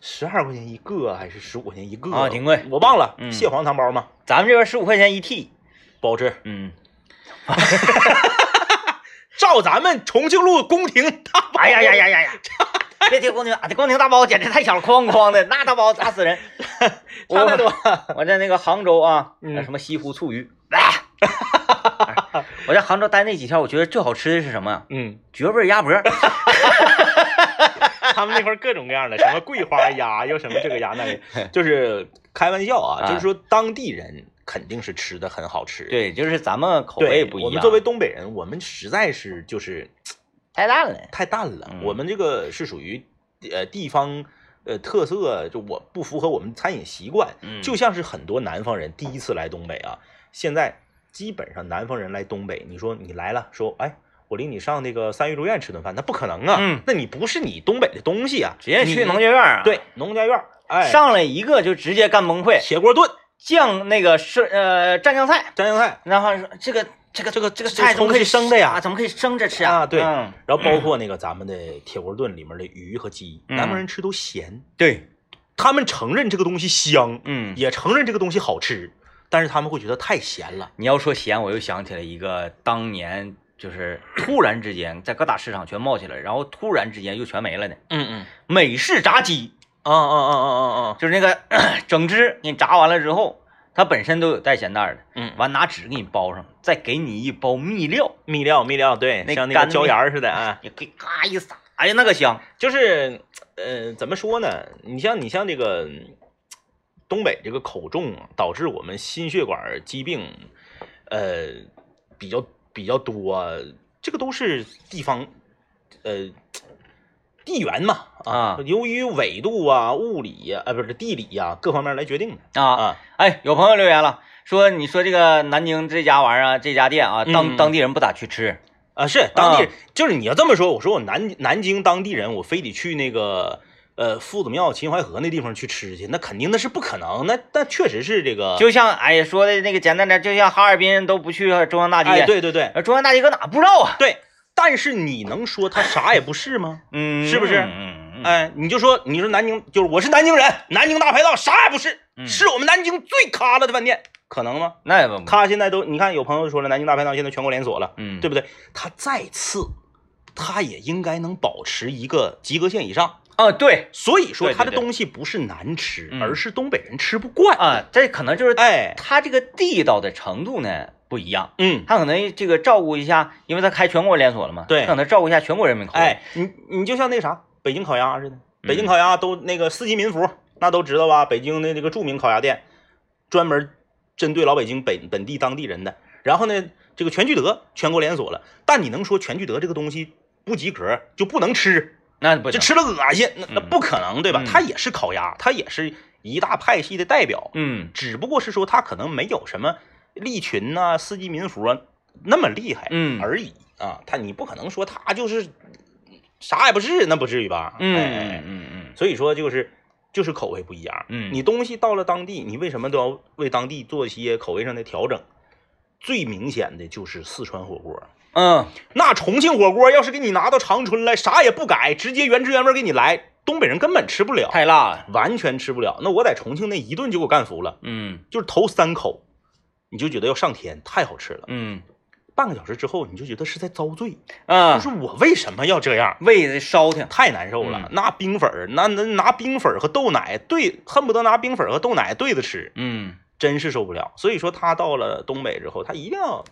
十二块钱一个还是十五块钱一个
啊挺贵
我忘了，
嗯
蟹黄汤包嘛，
咱们这边十五块钱一屉。
不好吃。
嗯，
照咱们重庆路宫廷大包，
哎呀呀呀呀呀！别提宫廷，啊这宫廷大包简直太小了，哐哐的，那大包砸死 人。
差太多
我我在那个杭州啊，
嗯
那什么西湖醋鱼， 啊我在杭州待那几天，我觉得最好吃的是什么呀？
嗯，
绝味儿鸭脖。
他们那块儿各种各样的，什么桂花 鸭，又什么这个鸭那个，就是开玩笑啊，
啊
就是说当地人肯定是吃的很好吃。
对，
对，
就是咱们口味不一样。
我们作为东北人，我们实在是就是
太淡了。
太淡了，
嗯
我们这个是属于呃地方呃特色，就我不符合我们餐饮习惯。
嗯
就像是很多南方人第一次来东北啊，现在基本上南方人来东北，你说你来了，说哎。我领你上那个三育路苑吃顿饭，那不可能啊！
嗯
那你不是你东北的东西啊，
直接
你
去农家院儿啊，
对，农家院儿，哎，
上来一个就直接干崩溃，
铁锅炖、
酱那个是呃蘸酱菜，
蘸酱菜，
然后说这个这个这个这个
这
菜怎么
葱
可以
是生的呀
啊怎么可以生着吃
啊对
嗯
然后包括那个咱们的铁锅炖里面的鱼和鸡，
嗯
南方人吃都咸，
对，
他们承认这个东西香，
嗯，
也承认这个东西好吃，但是他们会觉得太咸了。
你要说咸，我又想起来一个当年就是突然之间在各大市场全冒起来，然后突然之间又全没了的
嗯嗯，
美式炸鸡，
啊啊啊啊啊啊，
就是那个 整只给你炸完了之后，它本身都有带咸蛋儿的，
嗯，
完拿纸给你包上，再给你一包蜜料，
蜜料蜜料，对，
那
像那
干
个
的
椒盐儿似的 啊，
你给咔一撒，哎呀那个香，
就是呃，怎么说呢？你像你像这个嗯东北这个口重啊，导致我们心血管疾病，呃，比较比较多啊，这个都是地方，呃。地缘嘛
啊
由于纬度啊、物理呀、啊、不是地理呀、各方面来决定的
啊
啊。
哎，有朋友留言了，说你说这个南京这家玩意儿啊，这家店啊，当
嗯
当地人不咋去吃，
啊，是当地人，就是你要这么说，我说我南南京当地人，我非得去那个呃夫子庙、秦淮河那地方去吃去，那肯定那是不可能，那那确实是这个，
就像哎呀说的那个简单点，就像哈尔滨人都不去中央大街，
哎，对对对
呃，中央大街搁哪不知道啊？
对，但是你能说他啥也不是吗？
嗯，
是不是
嗯嗯嗯
哎，你就说你说南京，就是我是南京人，南京大排档啥也不是，
嗯
是我们南京最咖了的饭店，可能吗？
那也不，
他现在都你看有朋友说了，南京大排档现在全国连锁了，
嗯，
对，不对？他再次，他也应该能保持一个及格线以上。
啊对
所以说
对对
它的
对
东西不是难吃，
嗯
而是东北人吃不惯。
啊，这可能就是
哎，
他这个地道的程度呢不一样，
嗯，
他可能这个照顾一下，因为他开全国连锁了嘛，
对
他可能照顾一下全国人民口味，
哎，你你就像那啥，北京烤鸭
嗯
似的，北京烤鸭都那个四季民福，那都知道吧？北京的这个著名烤鸭店，专门针对老北京本本地当地人的。然后呢，这个全聚德全国连锁了，但你能说全聚德这个东西不及格就不能吃，
那不行，
就吃了恶心？那那
嗯
不可能，对吧
嗯？
它也是烤鸭，它也是一大派系的代表。
嗯
只不过是说他可能没有什么利群呐、四季民福啊那么厉害，
嗯
而已啊。他你不可能说他就是啥也不是，那不至于吧？
嗯
哎哎
嗯
哎
嗯嗯
所以说就是就是口味不一样，
嗯
你东西到了当地，你为什么都要为当地做一些口味上的调整？最明显的就是四川火锅，
嗯，
那重庆火锅要是给你拿到长春来，啥也不改，直接原汁原味给你来，东北人根本吃不了，
太辣了，
完全吃不了。那我在重庆那一顿就给我干服了。
嗯
就是头三口，你就觉得要上天，太好吃了。
嗯
半个小时之后，你就觉得是在遭罪，
啊
就。是我为什么要这样？
胃得烧挺。
太难受了。
嗯
那冰粉儿，那那拿冰粉儿和豆奶兑，恨不得拿冰粉儿和豆奶兑着吃，
嗯，
真是受不了。所以说他到了东北之后，他一定要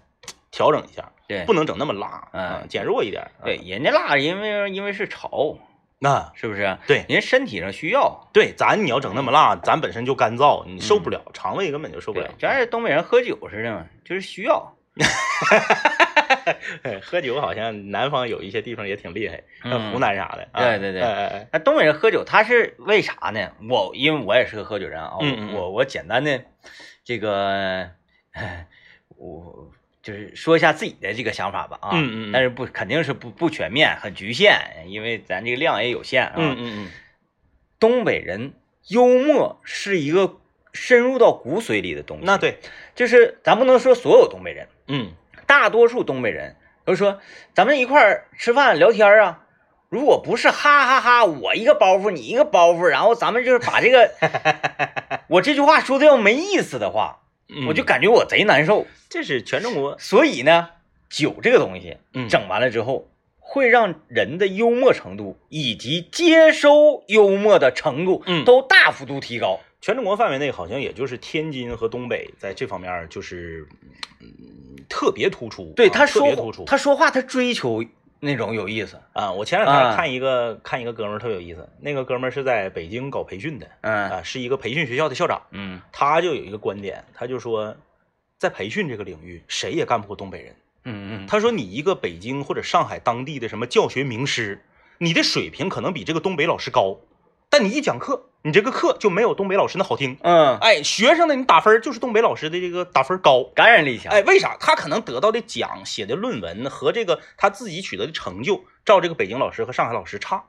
调整一下，
对
不能整那么辣，
嗯
啊，减弱一点。
哎对，
啊，
人家辣，因为因为是潮，
那
是不是？
对
人家身体上需要，
对，咱你要整那么辣，咱本身就干燥，你受不了，肠胃根本就受不
嗯对
了，。
咱是东北人喝酒似的嘛，就是需要。
哎喝酒好像南方有一些地方也挺厉害，
嗯
像湖南啥的。啊
对对对
哎哎哎
那东北人喝酒，他是为啥呢？我因为我也是个喝酒人啊，
嗯嗯嗯
我我简单的这个，哎我就是说一下自己的这个想法吧啊，
嗯嗯嗯
但是不肯定是不不全面，很局限，因为咱这个量也有限啊。
嗯嗯嗯，
东北人幽默是一个深入到骨髓里的东西，
那对，
就是咱不能说所有东北人，
嗯
大多数东北人都说咱们一块儿吃饭聊天儿啊，如果不是哈哈哈我一个包袱你一个包袱，然后咱们就是把这个 我这句话说的要没意思的话，
嗯，
我就感觉我贼难受。
这是全中国，
所以呢，酒这个东西
嗯，
整完了之后，会让人的幽默程度以及接收幽默的程度，
嗯
都大幅度提高。
全中国范围内好像也就是天津和东北在这方面儿就是，嗯，特别突出。
对
啊
他
特别
说
突出。
他说话，他追求那种有意思。
啊，我前两天
啊
看一个、看一个哥们儿特有意思，那个哥们儿是在北京搞培训的，
嗯
啊，是一个培训学校的校长，
嗯
他就有一个观点，他就说，在培训这个领域，谁也干不过东北人。
嗯嗯，
他说，你一个北京或者上海当地的什么教学名师，你的水平可能比这个东北老师高，但你一讲课，你这个课就没有东北老师那好听。
嗯，
哎，学生呢，你打分儿就是东北老师的这个打分儿高。
感染力强。
哎，为啥他可能得到的奖、写的论文和这个他自己取得的成就，照这个北京老师和上海老师差，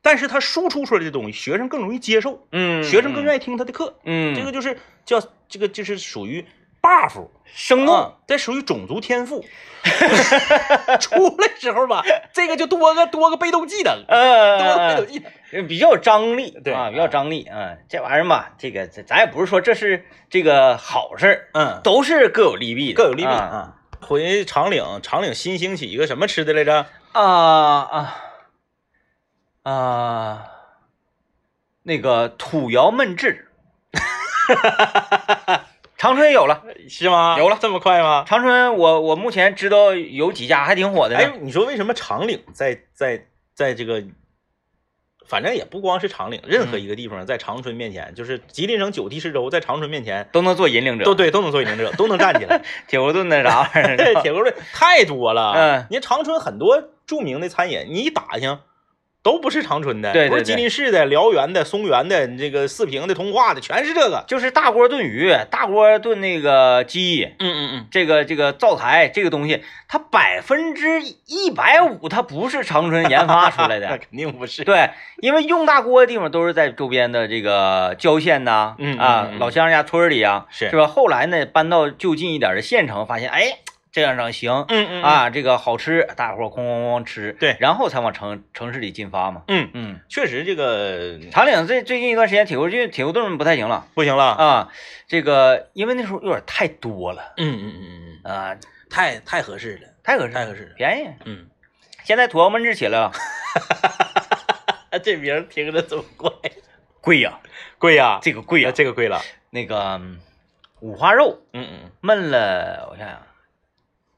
但是他输出出来的东西，学生更容易接受，
嗯，
学生更
意，
愿意听他的课，
嗯，
这个就是叫这个就是属于 buff，
生动，
啊，这属于种族天赋。 出来时候吧，这个就多个多个被动技能，多个被
呃
动，技能。
比较有张力，
对
啊，比较有张力，嗯，这玩意儿吧，这个咱咱也不是说这是这个好事儿，
嗯，
都是各有利弊的，
各有利弊
啊
啊。回长岭，长岭新兴起一个什么吃的来着？
啊啊啊，那个土窑焖制， 长春也有了，
是吗？
有了
这么快吗？
长春我我目前知道有几家还挺火的呢，
哎，你说为什么长岭在在在这个，反正也不光是长岭，任何一个地方在长春面前，就是吉林省九地市州在长春面前，
都能做引领者，
都对都能做引领者，都能站起来。
铁锅炖那啥玩意儿，
铁锅炖太多了，
嗯，
你长春很多著名的餐饮，你一打听。都不是长春的，
对对
不是
对
吉林市的、辽源的、松原的、这个四平的、通化的，全是这个。
就是大锅炖鱼，大锅炖那个鸡，
嗯嗯嗯，
这个这个灶台这个东西，它百分之一百五它不是长春研发出来的。
那肯定不是。
对，因为用大锅的地方都是在周边的这个郊县呐，
嗯
啊
嗯嗯
老乡家村里啊，
是
是吧？后来呢，搬到就近一点的县城，发现哎这样整行
嗯嗯，
啊，这个好吃，大伙儿哐哐哐吃，
对
然后才往城城市里进发嘛。
嗯，
嗯，
确实这个
长岭最最近一段时间铁锅炖铁锅炖不太行了。
不行了。
啊，这个因为那时候有点太多了
嗯嗯嗯嗯嗯，
啊，
太太合适了，
太合适，
太合适了。
便宜。
嗯，
现在土窑焖制起来了，
这名儿听着怎么怪？
贵呀、
贵呀、
这个贵呀、
这个贵了。
那个嗯五花肉
嗯嗯
焖了，我想想，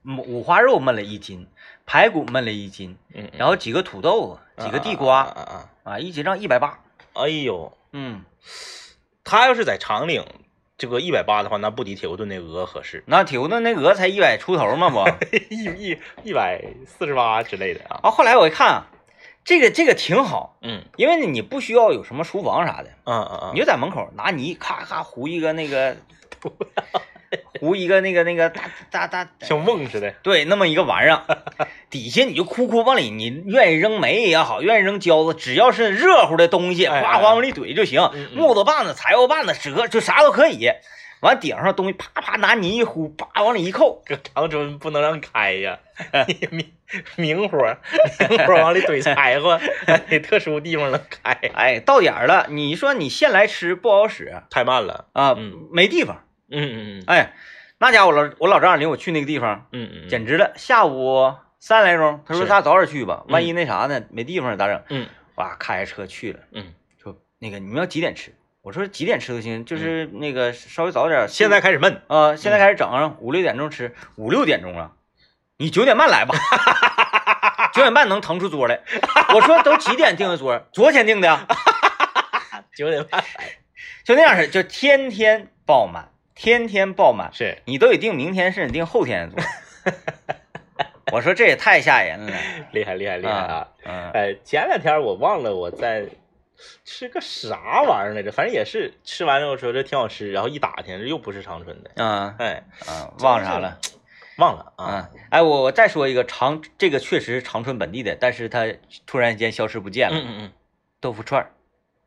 嗯五花肉焖了一斤，排骨焖了一斤，
嗯，
然后几个土豆，几个地
啊
瓜
啊啊！
啊，一斤让一百八。
啊哎呦，
嗯，，
他要是在长岭这个一百八的话，那不敌铁锅炖那鹅合适
那铁锅炖那鹅才一百出头嘛不？
一一一百四十八之类的啊。
啊，后来我一看啊，这个这个挺好，
嗯
因为你不需要有什么厨房啥的，
嗯嗯嗯，
你就在门口拿泥咔咔糊一个那 个，糊一个那个那个大大大，
像梦似的。
对，那么一个玩意儿，底下你就哭哭往里，你愿意扔煤也好，愿意扔胶子，只要是热乎的东西，
哎哎
哗哗往里怼就行
嗯，嗯
木头棒子、柴火棒子、折就啥都可以。完顶上东西啪啪拿泥一糊，啪往里一扣，
搁长春不能让开 呀，你明明火明火往里怼柴火， 得特殊地方能开。
哎，到点儿了，你说你现来吃不好使
太慢了。
啊，
嗯
没地方。
嗯嗯嗯
哎，那家伙我老我老丈人领我去那个地方，
嗯嗯，
简直了！下午三来钟，他说
是
咱早点去吧，
嗯
万一那啥呢，没地方咋整？
嗯
哇，开着车去了，
嗯
说那个你们要几点吃？我说几点吃都行，就是那个稍微早点。
嗯现在嗯开始焖，
呃，现在开始整，五六点钟吃，五六点钟了，你九点半来吧， 九点半能腾出桌来。我说都几点订的桌？昨天订的呀，
九点半
就那样式，就天天爆满，天天爆满。
是
你都得定明天，甚至定后天的桌。 我说这也太吓人了，
厉害厉害厉害啊！
嗯，
哎，前两天我忘了我在吃个啥玩意儿来着，反正也是吃完之后说这挺好吃，然后一打听这又不是长春的，
啊
哎，
啊，忘啥了？
忘了啊，
啊，哎，我我再说一个长，这个确实长春本地的，但是它突然间消失不见
嗯
了。
嗯嗯，
豆腐串儿，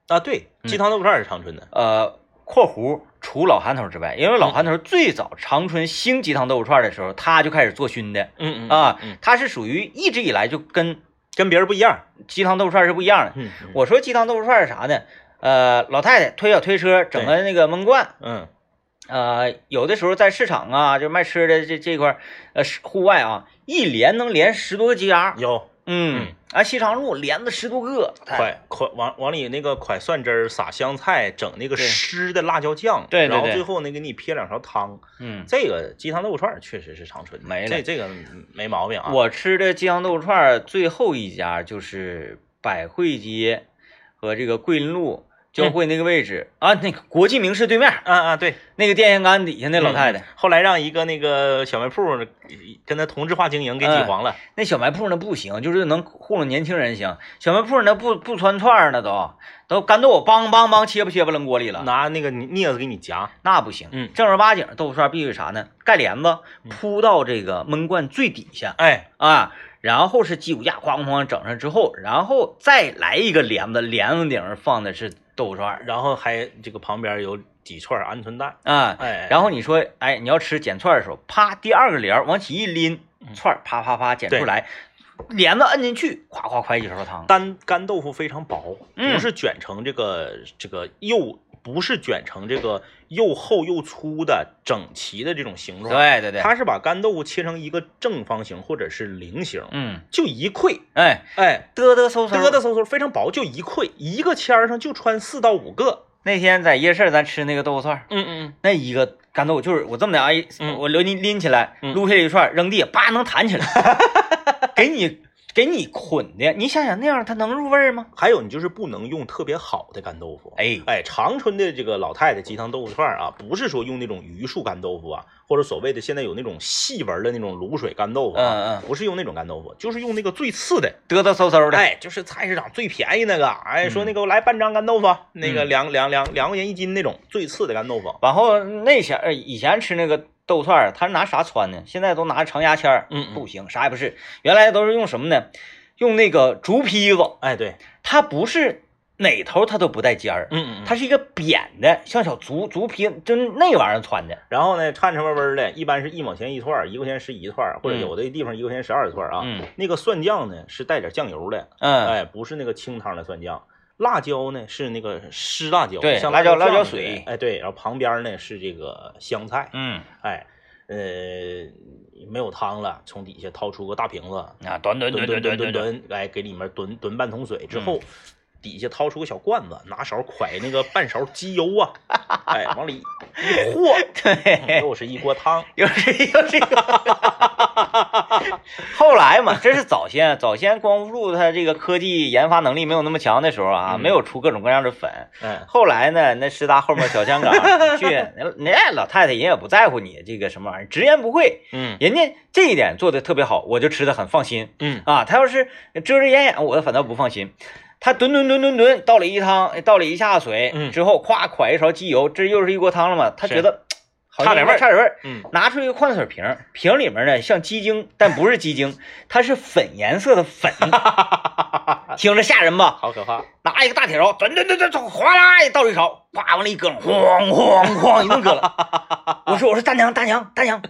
啊对，鸡汤豆腐串儿是长春的，
呃，括弧除老韩头之外，因为
嗯
老韩头最早长春兴鸡汤豆腐串儿的时候，他就开始做熏的
嗯嗯
啊
嗯，
他是属于一直以来就跟
跟别人不一样，
鸡汤豆腐串儿是不一样的。
嗯
我说鸡汤豆腐串儿是啥呢？呃，老太太推小推车，整个那个焖罐，
嗯
呃，有的时候在市场啊，就卖吃的这这块儿，呃，是户外啊，一连能连十多个鸡鸭，
有
嗯
嗯，
啊，西长路连着十多个，哎
快快往往里那个快蒜汁儿撒香菜，整那个
对
湿的辣椒酱，
对对
然后
对
最后呢给你撇两勺汤，
嗯，
这个鸡汤豆腐串儿确实是长春的，
没了
这这个没毛病啊，
我吃的鸡汤豆腐串儿最后一家就是百汇街和这个桂林路交汇那个位置、啊，那个国际名仕对面
啊啊对。
那个电线杆底下那老太太，
后来让一个那个小卖铺儿跟他同质化经营给挤黄了，
那小卖铺那不行，就是能糊弄年轻人行，小卖铺那不不穿串儿呢都都干豆腐梆梆梆切吧切吧扔锅里了，那
拿那个镊子给你夹，
不行。
嗯
正儿八经豆腐串儿必须啥呢？盖帘子铺到这个焖罐最底下，
哎，
啊，然后是鸡骨架哐哐整上之后，然后再来一个帘子，帘子顶上放的是豆腐串儿
然后还这个旁边有几串鹌鹑蛋，
啊。
哎，
然后你说，哎，你要吃剪串儿的时候，啪，第二个帘儿往起一拎，
嗯
串儿啪啪啪剪出来，帘子摁进去，夸夸快几勺汤。
干干豆腐非常薄，
嗯
不是卷成这个这个又不是卷成这个又厚又粗的整齐的这种形状，
对对对，
它是把干豆腐切成一个正方形或者是菱形，
嗯，
就一块，
哎，
哎，
嘚嘚嗖嗖，
嘚嘚。嗖嗖，非常薄，就一块，一个签儿上就穿四到五个，
那天在夜市咱吃那个豆腐串儿，
嗯嗯嗯。
那一个干豆腐就是我这么的啊，一
嗯
我留你拎起来，
嗯
撸下一串扔地，叭能弹起 来，给你给你捆的，你想想那样它能入味儿吗？
还有，你就是不能用特别好的干豆腐。
哎
哎，长春的这个老太太鸡汤豆腐串儿啊，不是说用那种榆树干豆腐啊，或者所谓的现在有那种细纹的那种卤水干豆腐、啊，
嗯嗯，
不是用那种干豆腐，就是用那个最次的，
嘚嘚嗖嗖的，
哎，就是菜市场最便宜那个，哎，
嗯
说那个我来半张干豆腐，那个
嗯
两两两两块钱一斤那种最次的干豆腐。
往后那前呃以前吃那个豆串儿，他是拿啥穿的？现在都拿长牙签儿，
嗯嗯
不行，啥也不是。原来都是用什么呢？用那个竹坯子，
哎，对，
它不是哪头它都不带尖儿，
嗯嗯
它
它
是一个扁的，像小竹竹坯，就那玩意儿穿的。
然后呢，颤颤巍巍的，一般是一毛钱一串儿，一块钱十一串儿，或者有的地方一块钱十二串儿啊。
嗯
那个蒜酱呢是带点酱油的，
嗯，
哎，不是那个清汤的蒜酱，辣椒呢是那个湿辣椒，
对
像
辣椒
酱
辣椒
似的
水
哎，对，然后旁边呢是这个香菜，
嗯
哎，呃，没有汤了，从底下掏出个大瓶子，
啊，短短
吨
短短
吨吨
短
吨
短短，
吨，哎，给里面吨吨半桶水之后，底下掏出个小罐子，拿勺㧟那个半勺鸡油 啊，哎，往里一 和，
对，
又是一锅汤，
又是又是一个。后来嘛，这是早先，早先光伏柱它这个科技研发能力没有那么强的时候啊，
嗯
没有出各种各样的粉。
哎，
后来呢，那师大后面小香港去，那那老太太人也不在乎你这个什么玩意儿，直言不讳，
嗯
人家这一点做的特别好，我就吃的很放心
嗯，
啊。她要是遮遮掩掩，我反倒不放心。她吨吨吨吨吨倒了一汤，倒了一下水
嗯
之后，咵㧟一勺鸡油，这又是一锅汤了嘛？她
是
觉得好像
差点味儿
差点味儿。
嗯，
拿出一个矿泉水瓶，瓶里面呢像鸡精，但不是鸡精，它是粉颜色的 粉，听着吓人吧？
好可怕，
拿一个大铁勺，转转转转转，哗啦一倒一勺，啪往里一搁了，哐哐哐一顿搁了。 我说我说大娘大娘大 娘，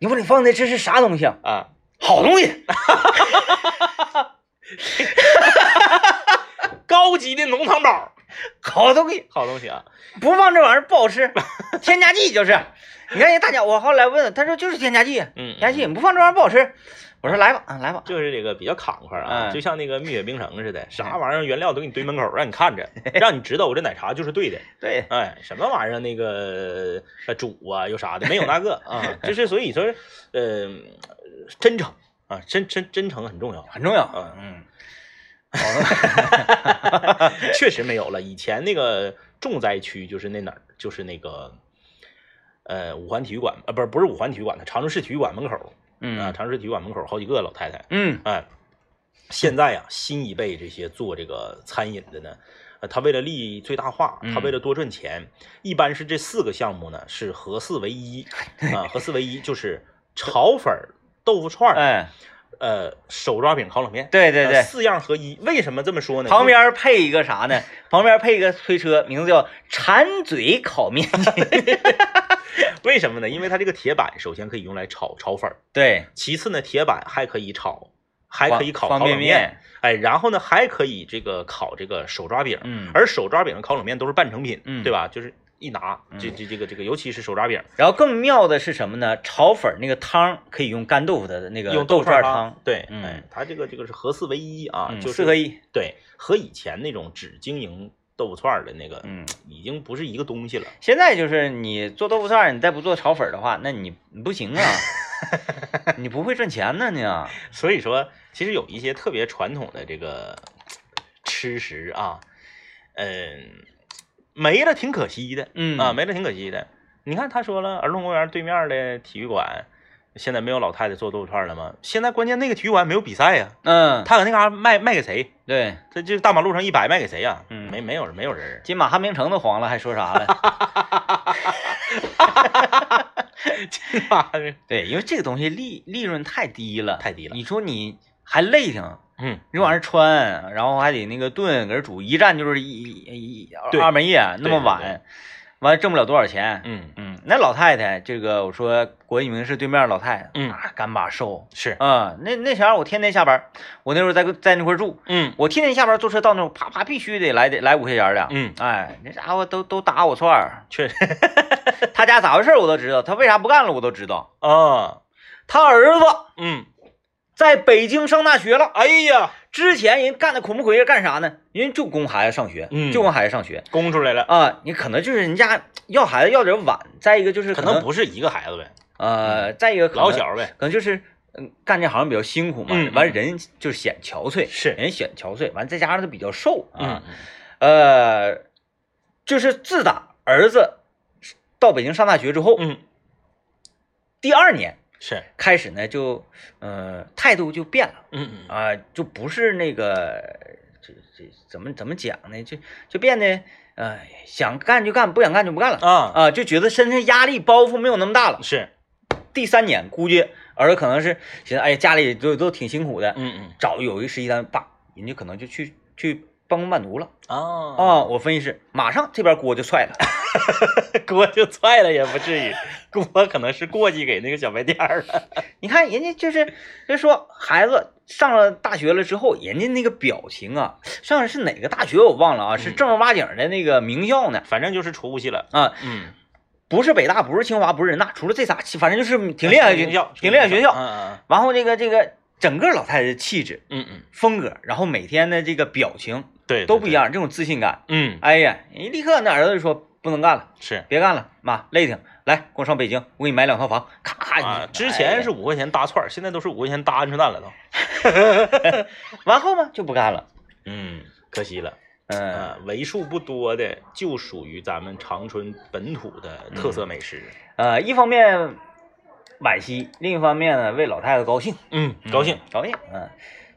你往里放的这是啥东西啊？
啊，
好东西，
高级的浓汤宝，
好东西，
好东西啊，
不放这玩意儿不好吃，添加剂就是。你看人大娘，我后来问她说就是添加剂，
嗯
添加剂你不放这玩意儿不好吃。我说来吧，啊来吧，
就是这个比较慷慨啊，
嗯
就像那个蜜雪冰城似的，啥玩意儿原料都给你堆门口，让你看 着，让你知道我这奶茶就是对的。
对，
哎，什么玩意儿那个呃煮啊，有啥的没有那个啊，就是所以说，呃，真诚啊，真真真诚很重要，
很重要
嗯，
嗯，
确实没有了。以前那个重灾区就是那哪儿，就是那个。呃，五环体育馆啊，呃不是不是五环体育馆，它常州市体育馆门口啊，
嗯
常州市体育馆门口好几个老太太，
嗯
哎，现在呀、新一辈这些做这个餐饮的呢，呃，他为了利益最大化，他
嗯
为了多赚钱，一般是这四个项目呢是合四 为一啊，合四为一就是炒粉儿、豆腐串儿、
哎，
呃手抓饼、烤冷面，
对对
呃
对，
四样合一。为什么这么说呢？
旁边配一个啥呢？旁边配一个推车，名字叫馋嘴烤 面。
因为为什么呢？因为它这个铁板首先可以用来炒炒粉儿，
对，
其次呢，铁板还可以炒，还可以烤
方
烤
方
冷
便面，
哎，然后呢还可以这个烤这个手抓饼，
嗯
而手抓饼和烤冷面都是半成品，
嗯
对吧？就是一拿，这这这个这个，尤其是手抓饼，
然后更妙的是什么呢？炒粉儿那个汤可以用干豆腐的那个
用
豆
豆
串
串
儿汤，，
对，
嗯
哎，它这个这个是合四为一啊，
嗯
就是
四合一。
对，和以前那种只经营豆腐串儿的那个，
嗯，
已经不是一个东西了。
现在就是你做豆腐串儿，你再不做炒粉儿的话，那你你不 行啊，你不会赚钱呢，你啊，
所以说，其实有一些特别传统的这个吃食啊，嗯，没了挺可惜的，
嗯
啊，没了挺可惜的。你看他说了，儿童公园对面的体育馆现在没有老太太做豆腐串了吗？现在关键那个体育馆没有比赛呀、
嗯，
他搁那嘎卖卖给谁？
对，
他就是大马路上一摆卖给谁呀、
嗯，
没没有人没有人
金马汉明城都黄了，还说啥了？
这 妈的
对，因为这个东西利利润太低了，
太低了
你说你还累挺，
嗯，
你往那穿，然后还得那个炖，搁这煮，一站就是一一一
对
二半夜那么
对对
晚，完了挣不了多少钱。
嗯
嗯，那老太太，这个我说国际名市对面老太太，
嗯
啊，干巴瘦
是，
啊、那那前儿我天天下班，我那时候在在那块儿住，
嗯
我天天下班坐车到那儿，啪啪必须得来得来五块钱儿的。
嗯，
哎，那家伙都都打我串儿，
确 实
他家咋回事儿我都知道，他为啥不干了我都知道。
啊，
他儿子
嗯，
在北京上大学了，
哎呀，
之前人干的苦不魁是干啥呢？人就供孩子上学，
嗯
就供孩子上学
供出来了，
啊。你可能就是人家要孩子要点晚，再一个就是
可
能
能不是一个孩子呗，
呃，再一个可能
老小呗，
可能就是嗯干这行比较辛苦嘛，
嗯
完人就显憔悴，
是
人显憔悴，完再加上他比较瘦啊
嗯，，
呃，就是自打儿子到北京上大学之后，
嗯，
第二年
是，
开始呢就呃态度就变了。
嗯嗯
啊、就不是那个这这怎么怎么讲呢？就就变得呃想干就干，不想干就不干了啊、
啊，
就觉得身上压力包袱没有那么大了。
是，
第三年估计儿子可能是寻思，哎，家里都都挺辛苦的，
嗯
找有一个实习单位，爸，人家可能就去去半工半读了
嗯，啊
啊、我分析是，马上这边锅就踹了，
锅就踹了也不至于，锅可能是过继给那个小白店儿了。
你看人家就是，就说孩子上了大学了之后，人家那个表情啊，上是哪个大学我忘了
嗯
啊，是正儿八经的那个名校呢
反正就是出息了。
啊，
嗯，
不是北大，不是清华，不是人大，除了这仨，反正就是挺厉害的
哎学
学
校，
挺厉害的学校。
嗯
然后这个这个整个老太太的气质、
嗯嗯
风格，然后每天的这个表情
嗯，对，
都不一
样。
样，这种自信感。
嗯，
哎呀，人立刻那儿子就说不能干了，
是
别干了，妈累挺，来给我上北京，我给你买两套房，咔。
啊，
你
之前是
哎
五块钱搭串儿，现在都是五块钱搭鹌鹑蛋了都。
完后嘛就不干了，
嗯，可惜了。
嗯。
嗯，为数不多的就属于咱们长春本土的特色美食。
呃，一方面惋惜，另一方面呢，为老太太高兴，
嗯，高兴
嗯，，高兴，嗯，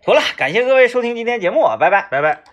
妥了，感谢各位收听今天节目啊，拜拜。
拜拜。